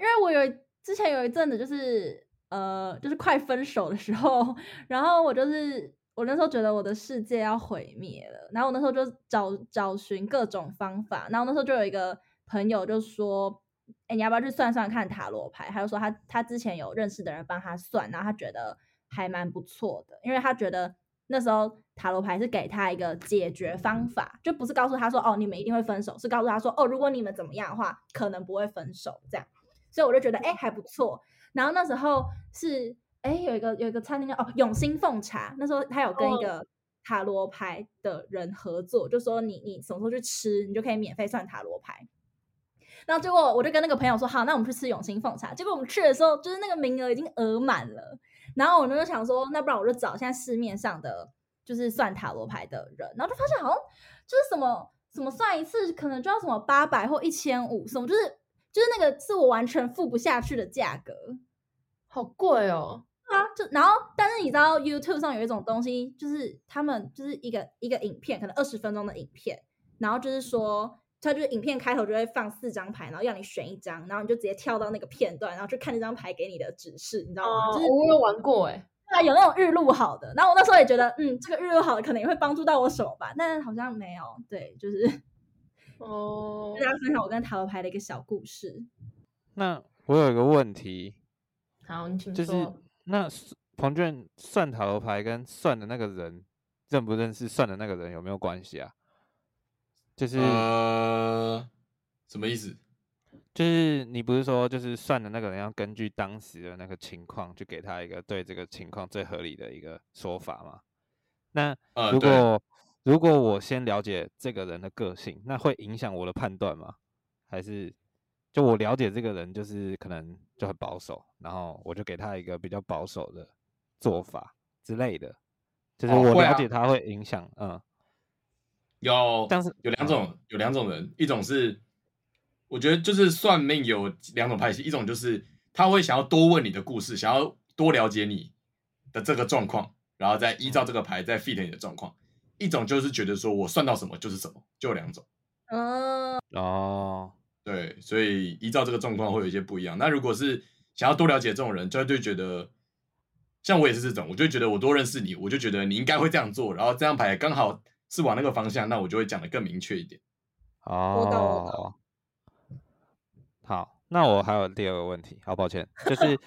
S1: 因为我有一之前有一阵子就是呃，就是快分手的时候，然后我就是我那时候觉得我的世界要毁灭了，然后我那时候就找找寻各种方法，然后那时候就有一个朋友就说。哎、你要不要去算算看塔罗牌？他就说他他之前有认识的人帮他算，然后他觉得还蛮不错的，因为他觉得那时候塔罗牌是给他一个解决方法，就不是告诉他说哦你们一定会分手，是告诉他说哦如果你们怎么样的话，可能不会分手这样。所以我就觉得哎、还不错。然后那时候是哎、有一个有一个餐厅叫哦永兴凤茶，那时候他有跟一
S9: 哦
S1: 个塔罗牌的人合作，就说你你什么时候去吃，你就可以免费算塔罗牌。然后结果我就跟那个朋友说，好，那我们去吃永兴凤茶。结果我们去的时候，就是那个名额已经额满了。然后我呢就想说，那不然我就找现在市面上的就是算塔罗牌的人，然后就发现好像就是什么什么算一次可能就要什么八百或一千五，什么就是就是那个是我完全付不下去的价格。
S3: 好贵哦，
S1: 啊，就然后，但是你知道 YouTube 上有一种东西，就是他们就是一个一个影片，可能二十分钟的影片，然后就是说，它就是影片开头就会放四张牌，然后要你选一张，然后你就直接跳到那个片段，然后去看那张牌给你的指示，你知道吗？
S9: 哦
S1: 就是
S3: 我有玩过哎，
S1: 啊，有那种日录好的，然后我那时候也觉得，嗯，这个日录好的可能也会帮助到我手吧，但好像没有。对，就是
S3: 哦
S1: 跟大家分享我跟塔罗牌的一个小故事。
S2: 那我有一个问题，
S3: 好，你请
S2: 就是
S3: 说。
S2: 那是彭卷算塔罗牌跟算的那个人认不认识算的那个人有没有关系啊？就是、
S4: 呃，什么意思？
S2: 就是你不是说就是算的那个人要根据当时的那个情况去给他一个对这个情况最合理的一个说法吗？那
S4: 呃，
S2: 如
S4: 对
S2: 果如果我先了解这个人的个性，那会影响我的判断吗？还是就我了解这个人就是可能就很保守，然后我就给他一个比较保守的做法之类的，就是
S4: 哦
S2: 我
S4: 会
S2: 了
S4: 啊
S2: 解他会影响，嗯，
S4: 有，
S2: 但是
S4: 有两
S2: 嗯
S4: 种，有两种人，一种是我觉得就是算命有两种派系，一种就是他会想要多问你的故事，想要多了解你的这个状况，然后再依照这个牌再 fit 你的状况；一种就是觉得说我算到什么就是什么，就有两种。
S1: 嗯，
S2: 哦，
S4: 对，所以依照这个状况会有一些不一样。那如果是想要多了解这种人，就就觉得，像我也是这种，我就会觉得我多认识你，我就觉得你应该会这样做，然后这张牌刚好是往那个方向，那我就会讲的更明确一点。
S1: 我懂我懂
S2: 哦，好，那我还有第二个问题，好抱歉，就是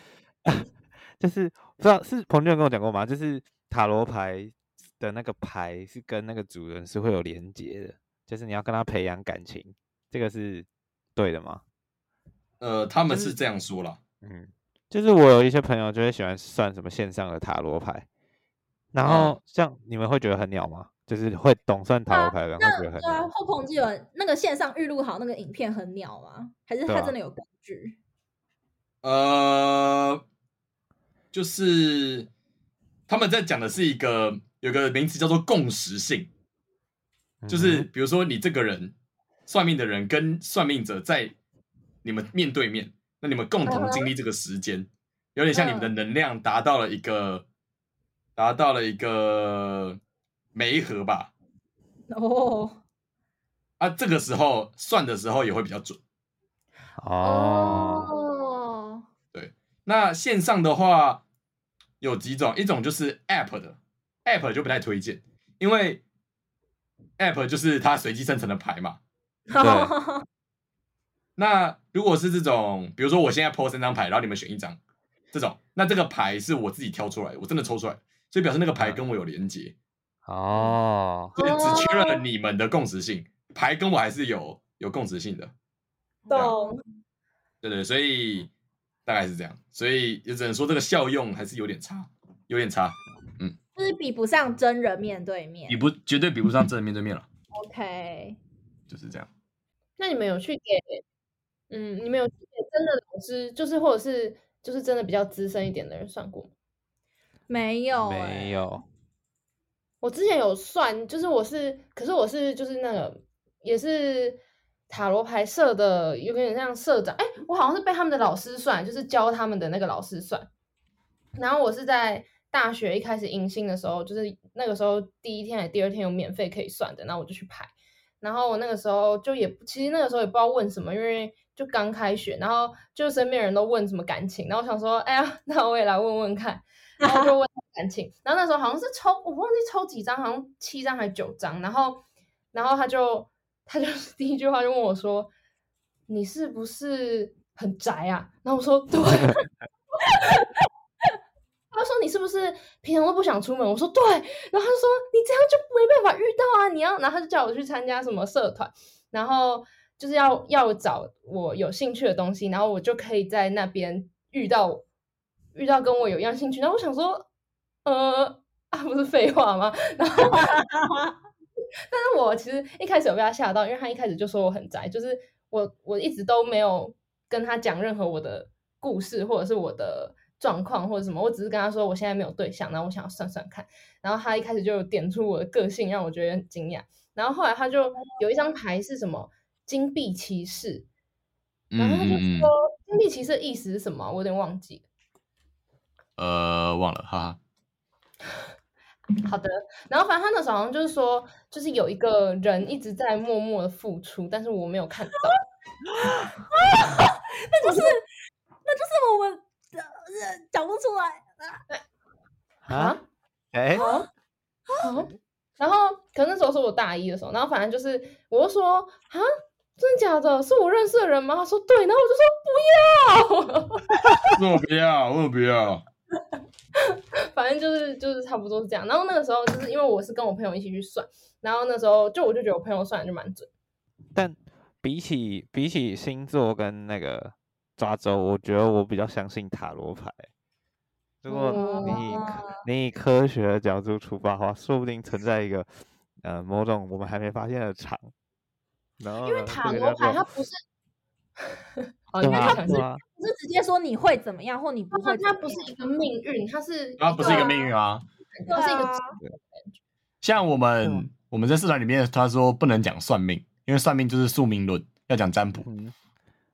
S2: 就是不知道是彭俊跟我讲过吗？就是塔罗牌的那个牌是跟那个主人是会有连接的，就是你要跟他培养感情，这个是对的吗？
S4: 呃，他们
S2: 就是
S4: 是这样说啦，
S2: 嗯，就是我有一些朋友就会喜欢算什么线上的塔罗牌，然
S4: 嗯
S2: 后像你们会觉得很鸟吗？就是会懂算塔罗牌的人会觉得
S1: 那
S2: 很
S1: 对啊，
S2: 鸟。
S1: 后鹏记得那个线上日录好那个影片很鸟吗？还是
S2: 对
S1: 他
S2: 啊
S1: 真的有根据？
S4: 呃，就是他们在讲的是一个有个名词叫做共识性，
S2: 嗯
S4: 就是
S2: 哼
S4: 比如说你这个人，算命的人跟算命者在你们面对面，那你们共同经历这个时间，有点像你们的
S2: 嗯
S4: 能量达到了一个达到了一个媒合吧。
S1: 哦，
S4: 啊，这个时候算的时候也会比较准。
S2: 哦，
S3: 哦，
S4: 那线上的话有几种，一种就是 App 的，App 就不太推荐，因为 App 就是它随机生成的牌嘛，
S2: 对
S4: 那如果是这种，比如说我现在抛三张牌，然后你们选一张，这种，那这个牌是我自己挑出来的，我真的抽出来，所以表示那个牌跟我有连接，
S2: 哦，
S4: 所以只缺了你们的共识性，牌跟我还是有有共识性的，
S1: 懂。
S4: 对对，所以大概是这样，所以也只能说这个效用还是有点差，有点差，
S1: 就是比不上真人面对面
S8: 比。不绝对比不上真的面对面了，
S1: OK，
S8: 就是这样。
S3: 那你们有去给，嗯，你们有去给真的老师，就是或者是就是真的比较资深一点的人算过吗？
S1: 没有、欸，
S2: 没有，
S3: 我之前有算，就是我是，可是我是就是那个也是塔罗牌社的，有点像社长。哎，我好像是被他们的老师算，就是教他们的那个老师算。然后我是在大学一开始迎新的时候，就是那个时候第一天还是第二天有免费可以算的，然后我就去排。然后我那个时候就也不其实那个时候也不知道问什么，因为就刚开学，然后就身边人都问什么感情，然后我想说，哎呀， 那我也来问问看，然后就问感情，然后那时候好像是抽，我忘记抽几张，好像七张还是九张，然后然后他就他就 第一句话就问我说，你是不是很宅啊？然后我说对。 他说：“你是不是平常都不想出门？”我说：“对。”然后他就说：“你这样就没办法遇到啊！你要……”然后他就叫我去参加什么社团，然后就是要要找我有兴趣的东西，然后我就可以在那边遇到遇到跟我有一样兴趣。然后我想说，呃，啊，不是废话吗？然后，但是我其实一开始有被他吓到，因为他一开始就说我很宅，就是我我一直都没有跟他讲任何我的故事或者是我的状况或者什么，我只是跟他说我现在没有对象，然后我想要算算看。然后他一开始就有点出我的个性，让我觉得很惊讶。然后后来他就有一张牌是什么金币骑士，然后他就
S7: 嗯嗯嗯
S3: 说金币骑士的意思是什么啊，我有点忘记了。
S4: 呃，忘了，哈哈。
S3: 好的，然后反正他那时候好像就是说，就是有一个人一直在默默的付出，但是我没有看到。
S1: 那就是那就是我们呃呃讲不出来。
S3: 欸
S2: 啊，哎、
S3: 啊 然后可能那时候是我大一的时候，然后反正就是我就说啊，真的假的？是我认识的人吗？他说对，然后我就说不要，
S7: 我不要，我不要。
S3: 反正就是就是差不多是这样。然后那个时候就是因为我是跟我朋友一起去算，然后那时候就我就觉得我朋友算的就蛮准。
S2: 但比起比起星座跟那个抓周，我觉得我比较相信塔罗牌。如果
S3: 嗯
S2: 你以
S1: 嗯
S2: 科你以科学的角度出发的话，说不定存在一个呃某种我们还没发现的场。然后
S3: 因为
S2: 呢
S3: 塔
S2: 这个
S3: 罗
S2: 叫
S3: 牌
S2: 做
S3: 它不是，好，
S2: 对
S3: 因为它
S2: 啊
S3: 不是
S2: 对，啊，
S1: 不是直接说你会怎么样或你不会怎
S3: 它
S1: 么样，
S3: 它不是一个命运，它是
S4: 然后不是一个
S3: 个
S4: 命运啊，
S1: 对
S3: 它是一个
S1: 啊
S4: 像我们我们在社团里面，他说不能讲算命，因为算命就是宿命论，要讲占卜。
S2: 嗯，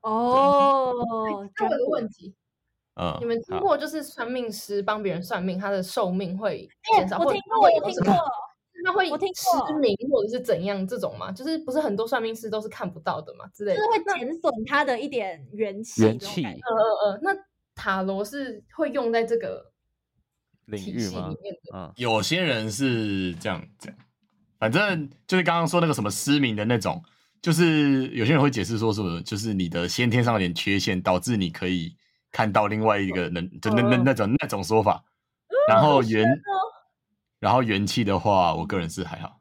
S1: 哦。
S3: 那我有
S1: 占
S3: 个
S1: 卜
S3: 问题，
S4: 嗯
S3: 你，们听
S2: 好
S3: 过就是算命师帮别人算命，他的寿命会减少？
S1: 哎我
S3: 或
S1: 听
S3: 者
S1: 过，我
S3: 会有
S1: 听
S3: 什
S1: 过
S3: 么，，他会
S1: 我听过
S3: 失明或者是怎样这种嘛？就是不是很多算命师都是看不到的嘛之类
S1: 就
S3: 的
S1: 是。会减损他的一点元气。
S2: 元气
S3: 呃呃，那塔罗是会用在这个
S2: 领
S3: 体
S2: 域
S3: 系
S2: 吗
S3: 里？面的。
S2: 嗯，
S4: 有些人是这样这样，反正就是刚刚说那个什么失明的那种，就是有些人会解释说什么，就是你的先天上有点缺陷，导致你可以看到另外一
S3: 嗯
S4: 个人，就那那那种那种说法。
S3: 哦
S4: 然后元，然后元气的话，我个人是还好。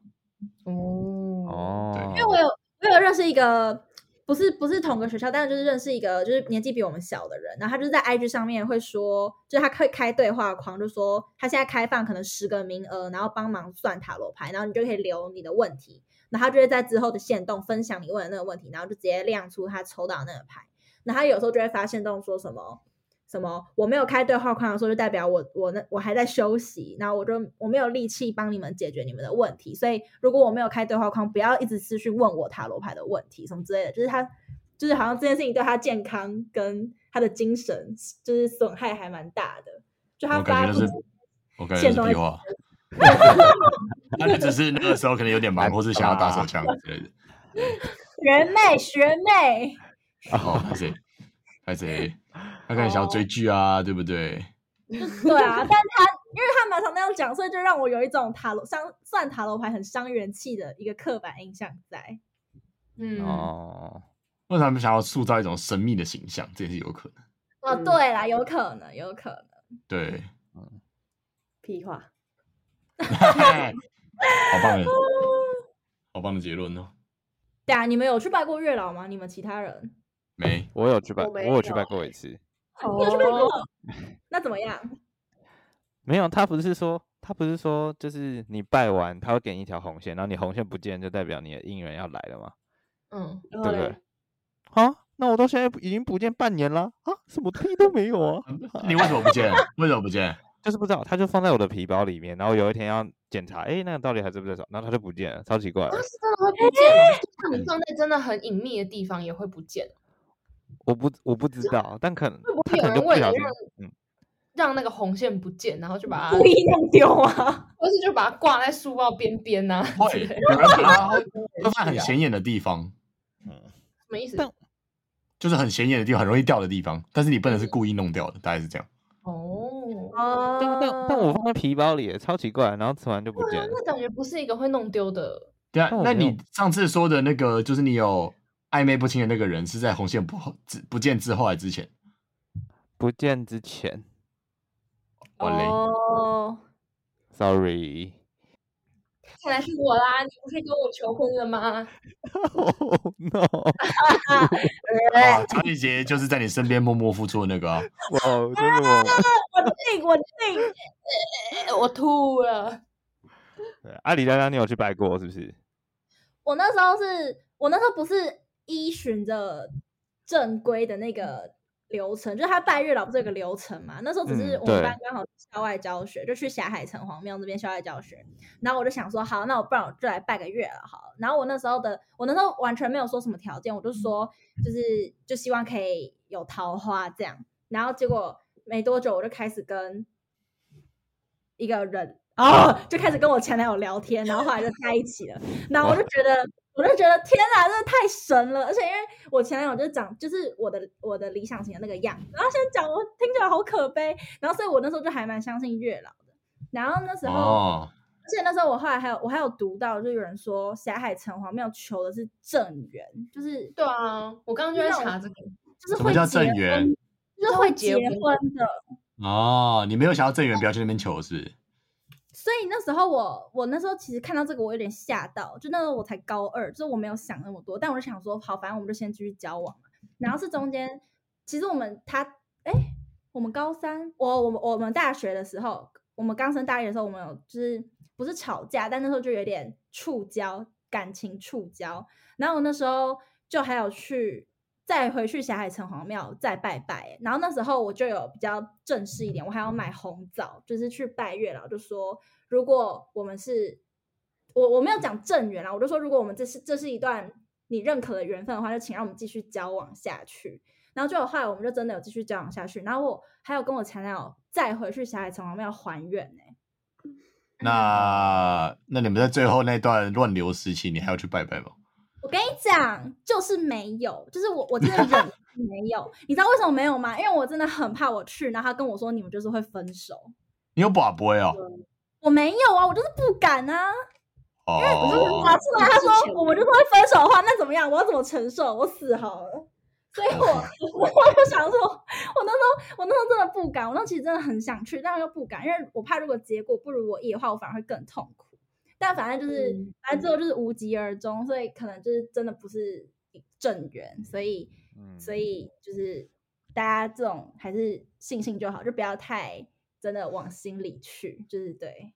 S3: 哦，
S2: 哦，
S1: 因为我有我有认识一个，不是不是同个学校，但是就是认识一个就是年纪比我们小的人，然后他就是在 IG 上面会说，就是他会开对话框，就说他现在开放可能十个名额，然后帮忙算塔罗牌，然后你就可以留你的问题，然后他就会在之后的线动分享你问的那个问题，然后就直接亮出他抽到的那个牌，然后他有时候就会发现动说什么。什么？我没有开对话框的时候，就代表我我那我还在休息，然后我就我没有力气帮你们解决你们的问题，所以如果我没有开对话框，不要一直私讯问我塔罗牌的问题什么之类的，就是他就是好像这件事情对他健康跟他的精神就是损害还蛮大的，就他
S4: 我感
S1: 发
S4: 觉
S1: 布
S4: 就是，我感觉就是
S1: 现
S4: 屁
S1: 动
S4: 话。他就只是那个时候可能有点忙，或是想要打手枪之类的。
S1: 学妹学妹，
S4: 哦，还谁？还谁？他可能想要追剧啊，对不对？
S1: 对啊，但他因为他蛮常那样讲，所以就让我有一种塔罗像算塔罗牌很伤元气的一个刻板印象在。
S3: 嗯，
S2: 哦，
S4: 为什么想要塑造一种神秘的形象？这也是有可能。
S1: 哦，
S5: 嗯
S1: 对啦，有可能，有可能。
S4: 对，
S5: 屁话，
S4: 好棒的，好棒的结论哦。
S1: 对啊，你们有去拜过月老吗？你们其他人？
S4: 没，
S2: 我有去拜，
S5: 我
S2: 我
S5: 没
S2: 有去
S5: 有
S2: 拜
S3: 欸
S2: 过一次。
S1: 你有去拜过？那怎么样？
S2: 没有，他不是说，他不是说，就是你拜完，他会给你一条红线，然后你红线不见，就代表你的姻缘要来了嘛，
S3: 嗯，
S5: 然
S2: 对
S5: 后
S2: 不
S5: 嘞
S2: 对？啊，那我到现在已经不见半年了啊，什么屁都没有 啊，
S4: 你为什么不见？为什么不见？
S2: 就是不知道，他就放在我的皮包里面，然后有一天要检查，哎，那个到底还在不在手，然后他就不见了，超奇怪的
S3: 啊，。是真的会不见哦，就像你放在真的很隐秘的地方也会不见。
S2: 我不我不知道，但可能
S3: 会不
S2: 他
S3: 会
S2: 可能就
S3: 有人
S2: 不
S3: 为
S2: 小
S3: 了
S2: 心，
S3: 让
S2: 嗯
S3: 让那个红线不见，然后就把它，
S1: 故意弄丢啊！
S3: 或是就把它挂在书包边边啊呐？之
S4: 会，
S3: 类的
S4: 有人把它会放在很
S7: 是啊
S4: 显眼的地方，
S3: 什么意思？
S2: 但
S4: 就是很显眼的地方，很容易掉的地方，但是你不能是故意弄掉的，大概是这样。
S3: 哦，
S1: 哦
S2: 但但但我放在皮包里耶，超奇怪，然后突然就不见了。
S3: 啊那感觉不是一个会弄丢的。
S4: 对啊
S2: 但，我
S4: 那
S2: 没有
S4: 你上次说的那个，就是你有暧昧不清的那个人，是在红线不后之不见之后还之前？
S2: 不见之前
S4: 我嘞，
S1: 哦，
S2: ，sorry，
S3: 看来是我啦，你不是跟我求婚了吗？
S2: oh, no，
S4: 啊，张艺杰就是在你身边默默付出的那个啊。
S2: 哇，真的 我。
S1: 我定我定，
S3: 哎， 我吐了。
S2: 对，阿里佳佳，你有去拜过是不是？
S1: 我那时候是我那时候不是依循着正规的那个流程，就是他拜月老不是有个流程嘛？那时候只是
S2: 嗯
S1: 我们
S2: 对
S1: 班刚好校外教学，就去霞海城隍庙那边校外教学，然后我就想说，好，那我不然我就来拜个月老好了。然后我那时候的，我那时候完全没有说什么条件，我就说就是就希望可以有桃花这样。然后结果没多久，我就开始跟一个人哦，就开始跟我前男友聊天，然后后来就在一起了。然后我就
S4: 哦
S1: 觉得，我就觉得天哪，真的太神了！而且因为我前男友就是长，就是我的我的理想型的那个样子。然后现在讲，我听起来好可悲。然后所以我那时候就还蛮相信月老的。然后那时候。
S4: 哦，
S1: 而且那时候我后来还有我还有读到，就有人说霞海城隍庙求的是正缘，就是
S3: 对啊，我刚刚就在查这个，
S1: 就是
S4: 什
S1: 会
S4: 么叫
S1: 结
S4: 正缘
S1: 婚就是会结
S3: 就是会结
S1: 婚的。
S4: 哦，你没有想要正缘，不要去那边求是不是？
S1: 所以那时候我我那时候其实看到这个我有点吓到，就那时候我才高二，就是我没有想那么多，但我就想说好，反正我们就先继续交往嘛。然后是中间，其实我们他哎，我们高三，我我们我们大学的时候，我们刚升大一的时候，我们有就是不是吵架，但那时候就有点触礁，感情触礁。然后我那时候就还有去再回去霞海城隍庙再拜拜，然后那时候我就有比较正式一点，我还要买红枣，就是去拜月老，就说如果我们是，我我没有讲正缘啦，我就说如果我们这是这是一段你认可的缘分的话，就请让我们继续交往下去。然后就有后来我们就真的有继续交往下去，然后我还有跟我前男友再回去霞海城隍庙还愿呢、
S4: 那那你们在最后那段乱流时期，你还要去拜拜吗？
S1: 我跟你讲，就是没有，就是我我真的忍没有，你知道为什么没有吗？因为我真的很怕我去，然后他跟我说你们就是会分手，
S4: 你有把不会哦？
S1: 我没有啊，我就是不敢啊。
S4: 哦，
S1: 拿出来，他
S5: 之前
S1: 说我们就是会分手的话，那怎么样？我要怎么承受？我死好了。所以我我就想说，我那时候我那时候真的不敢，我那时候其实真的很想去，但是又不敢，因为我怕如果结果不如我意的话，我反而会更痛苦。但反正就是，
S3: 嗯
S1: 反正最后就是无疾而终，所以可能就是真的不是正缘，所以
S2: 嗯
S1: 所以就是大家这种还是信信就好，就不要太真的往心里去，就是对。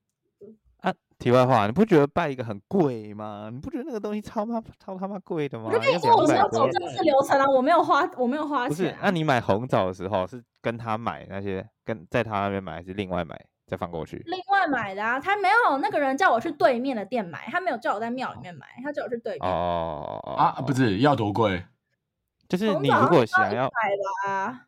S2: 啊，题外话，你不觉得拜一个很贵吗？你不觉得那个东西超他超他妈贵的吗？
S1: 我就跟你
S2: 要
S1: 哦说，我是
S2: 200
S1: 有走
S2: 多
S1: 正式流程啊，我没有花，我没有花
S2: 不是
S1: 钱，啊、
S2: 那你买红枣的时候是跟他买那些，跟在他那边买，还是另外买再放过去？
S1: 另外买的啊。他没有，那个人叫我去对面的店买，他没有叫我在庙里面买，他叫我去对面
S2: 哦哦
S4: 啊，不，
S2: 哦
S4: 是要多贵？
S2: 就是
S1: 红
S2: 你
S1: 枣好
S2: 如果
S1: 像
S2: 想要，
S1: 买的啊。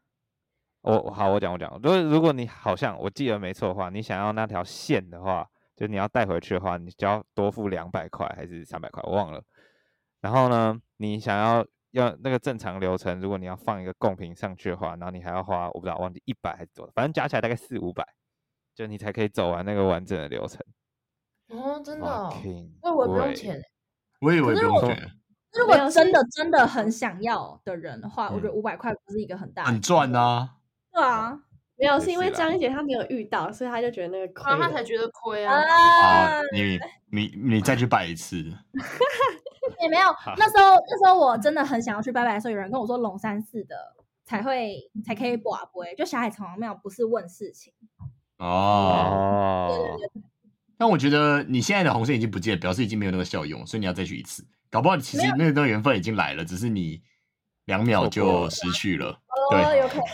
S2: 我我哦好，我讲我讲，就是如果你好像我记得没错的话，你想要那条线的话，就你要带回去的话，你就要多付两百块还是三百块，我忘了。然后呢，你想要要那个正常流程，如果你要放一个贡品上去的话，然后你还要花我不知道忘记一百还是多少，反正加起来大概四五百，就你才可以走完那个完整的流程。
S3: 哦，真的哦，
S2: Fucking
S3: 我以为不用
S2: 贵
S3: 钱，
S4: 我以为
S1: 可
S4: 不
S1: 是
S4: 用
S2: 我
S4: 钱，
S1: 如果
S5: 没有
S1: 真
S5: 是
S1: 的真的很想要的人的话，我觉得
S2: 嗯
S1: 五百块不是一个很大的
S4: 很赚
S1: 金额。
S4: 呐。
S1: 对啊，
S5: 没有，
S2: 也
S5: 是因
S2: 是
S5: 为
S2: 啦
S5: 张姐她没有遇到，所以她就觉得那个亏
S3: 然后他
S5: 了
S3: 才觉得亏啊。
S1: 啊
S4: 啊，，你你你再去拜一次，
S1: 也没有。那时候那时候我真的很想要去拜拜的时候，有人跟我说龙山寺的才会才可以寡不就霞海城隍庙不是问事情。
S4: 哦，
S2: 哦，
S1: 对对对
S4: 但我觉得你现在的红线已经不见了，表示已经没有那个效用，所以你要再去一次。搞不好其实那段缘分已经来了，只是你两秒
S2: 错过
S4: 就
S2: 了
S4: 失去了。
S5: 哦，
S4: 对
S5: 有可能，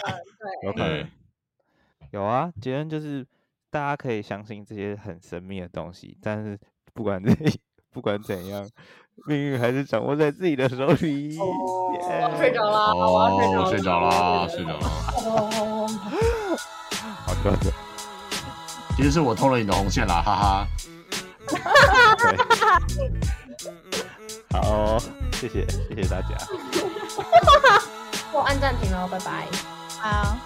S2: 有可
S4: 对
S2: 能，有啊。结论就是大家可以相信这些很神秘的东西，但是不管 自己不管怎样，命运还是掌握在自己的手里。
S3: 我要睡
S2: 耶
S3: 着了，
S4: 哦，
S3: 我要
S4: 睡
S3: 睡
S4: 着
S3: 着
S4: 啦，
S3: 了，
S4: 睡着
S3: 了。
S4: 啦。
S2: 好的，
S4: 其实是我偷了你的红线啦，哈哈。
S2: 好哦，谢谢谢谢大家。
S3: 我按暂停了，拜拜。
S1: 好。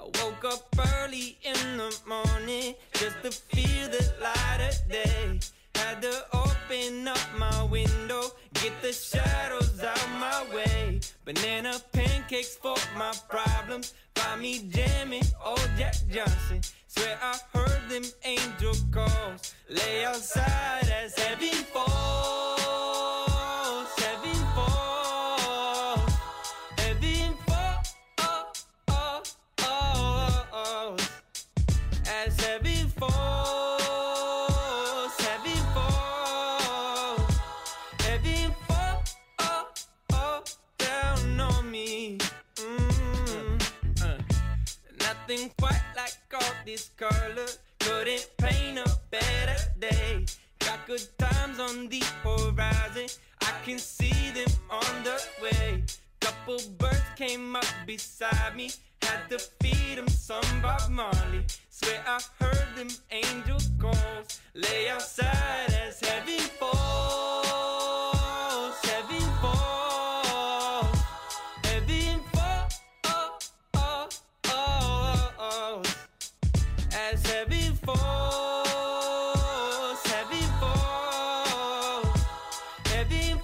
S10: I woke up early in the morning just to feel the light of day. Had to open up my window, get the shadows out my way. Banana pancakes for my problems. Find me jamming, old Jack Johnson. Swear I heard them angel calls. Lay outside as heaven falls, heaven falls. Heaven oh, falls, as heaven falls, heaven falls, heaven falls oh, down on me. Mm, uh. Nothing quite like all this color. Couldn't paint a better day. Got good times on the horizon. I can see them on the way. Couple birds came up beside me. Had to feed them some Bob Marley. Swear I heard them angel calls. Lay outside as heaven falls. Heaven falls. Heaven falls Oh, as heaven falls, heaven falls, heaven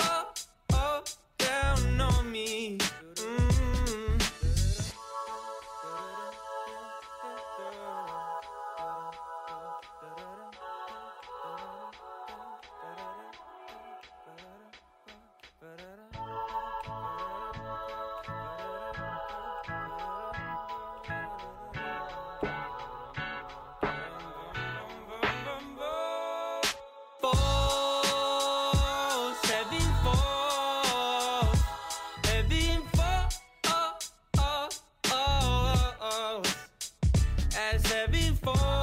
S10: falls oh, down on me. Mm. Falls, heaven falls, heaven falls, as heaven falls.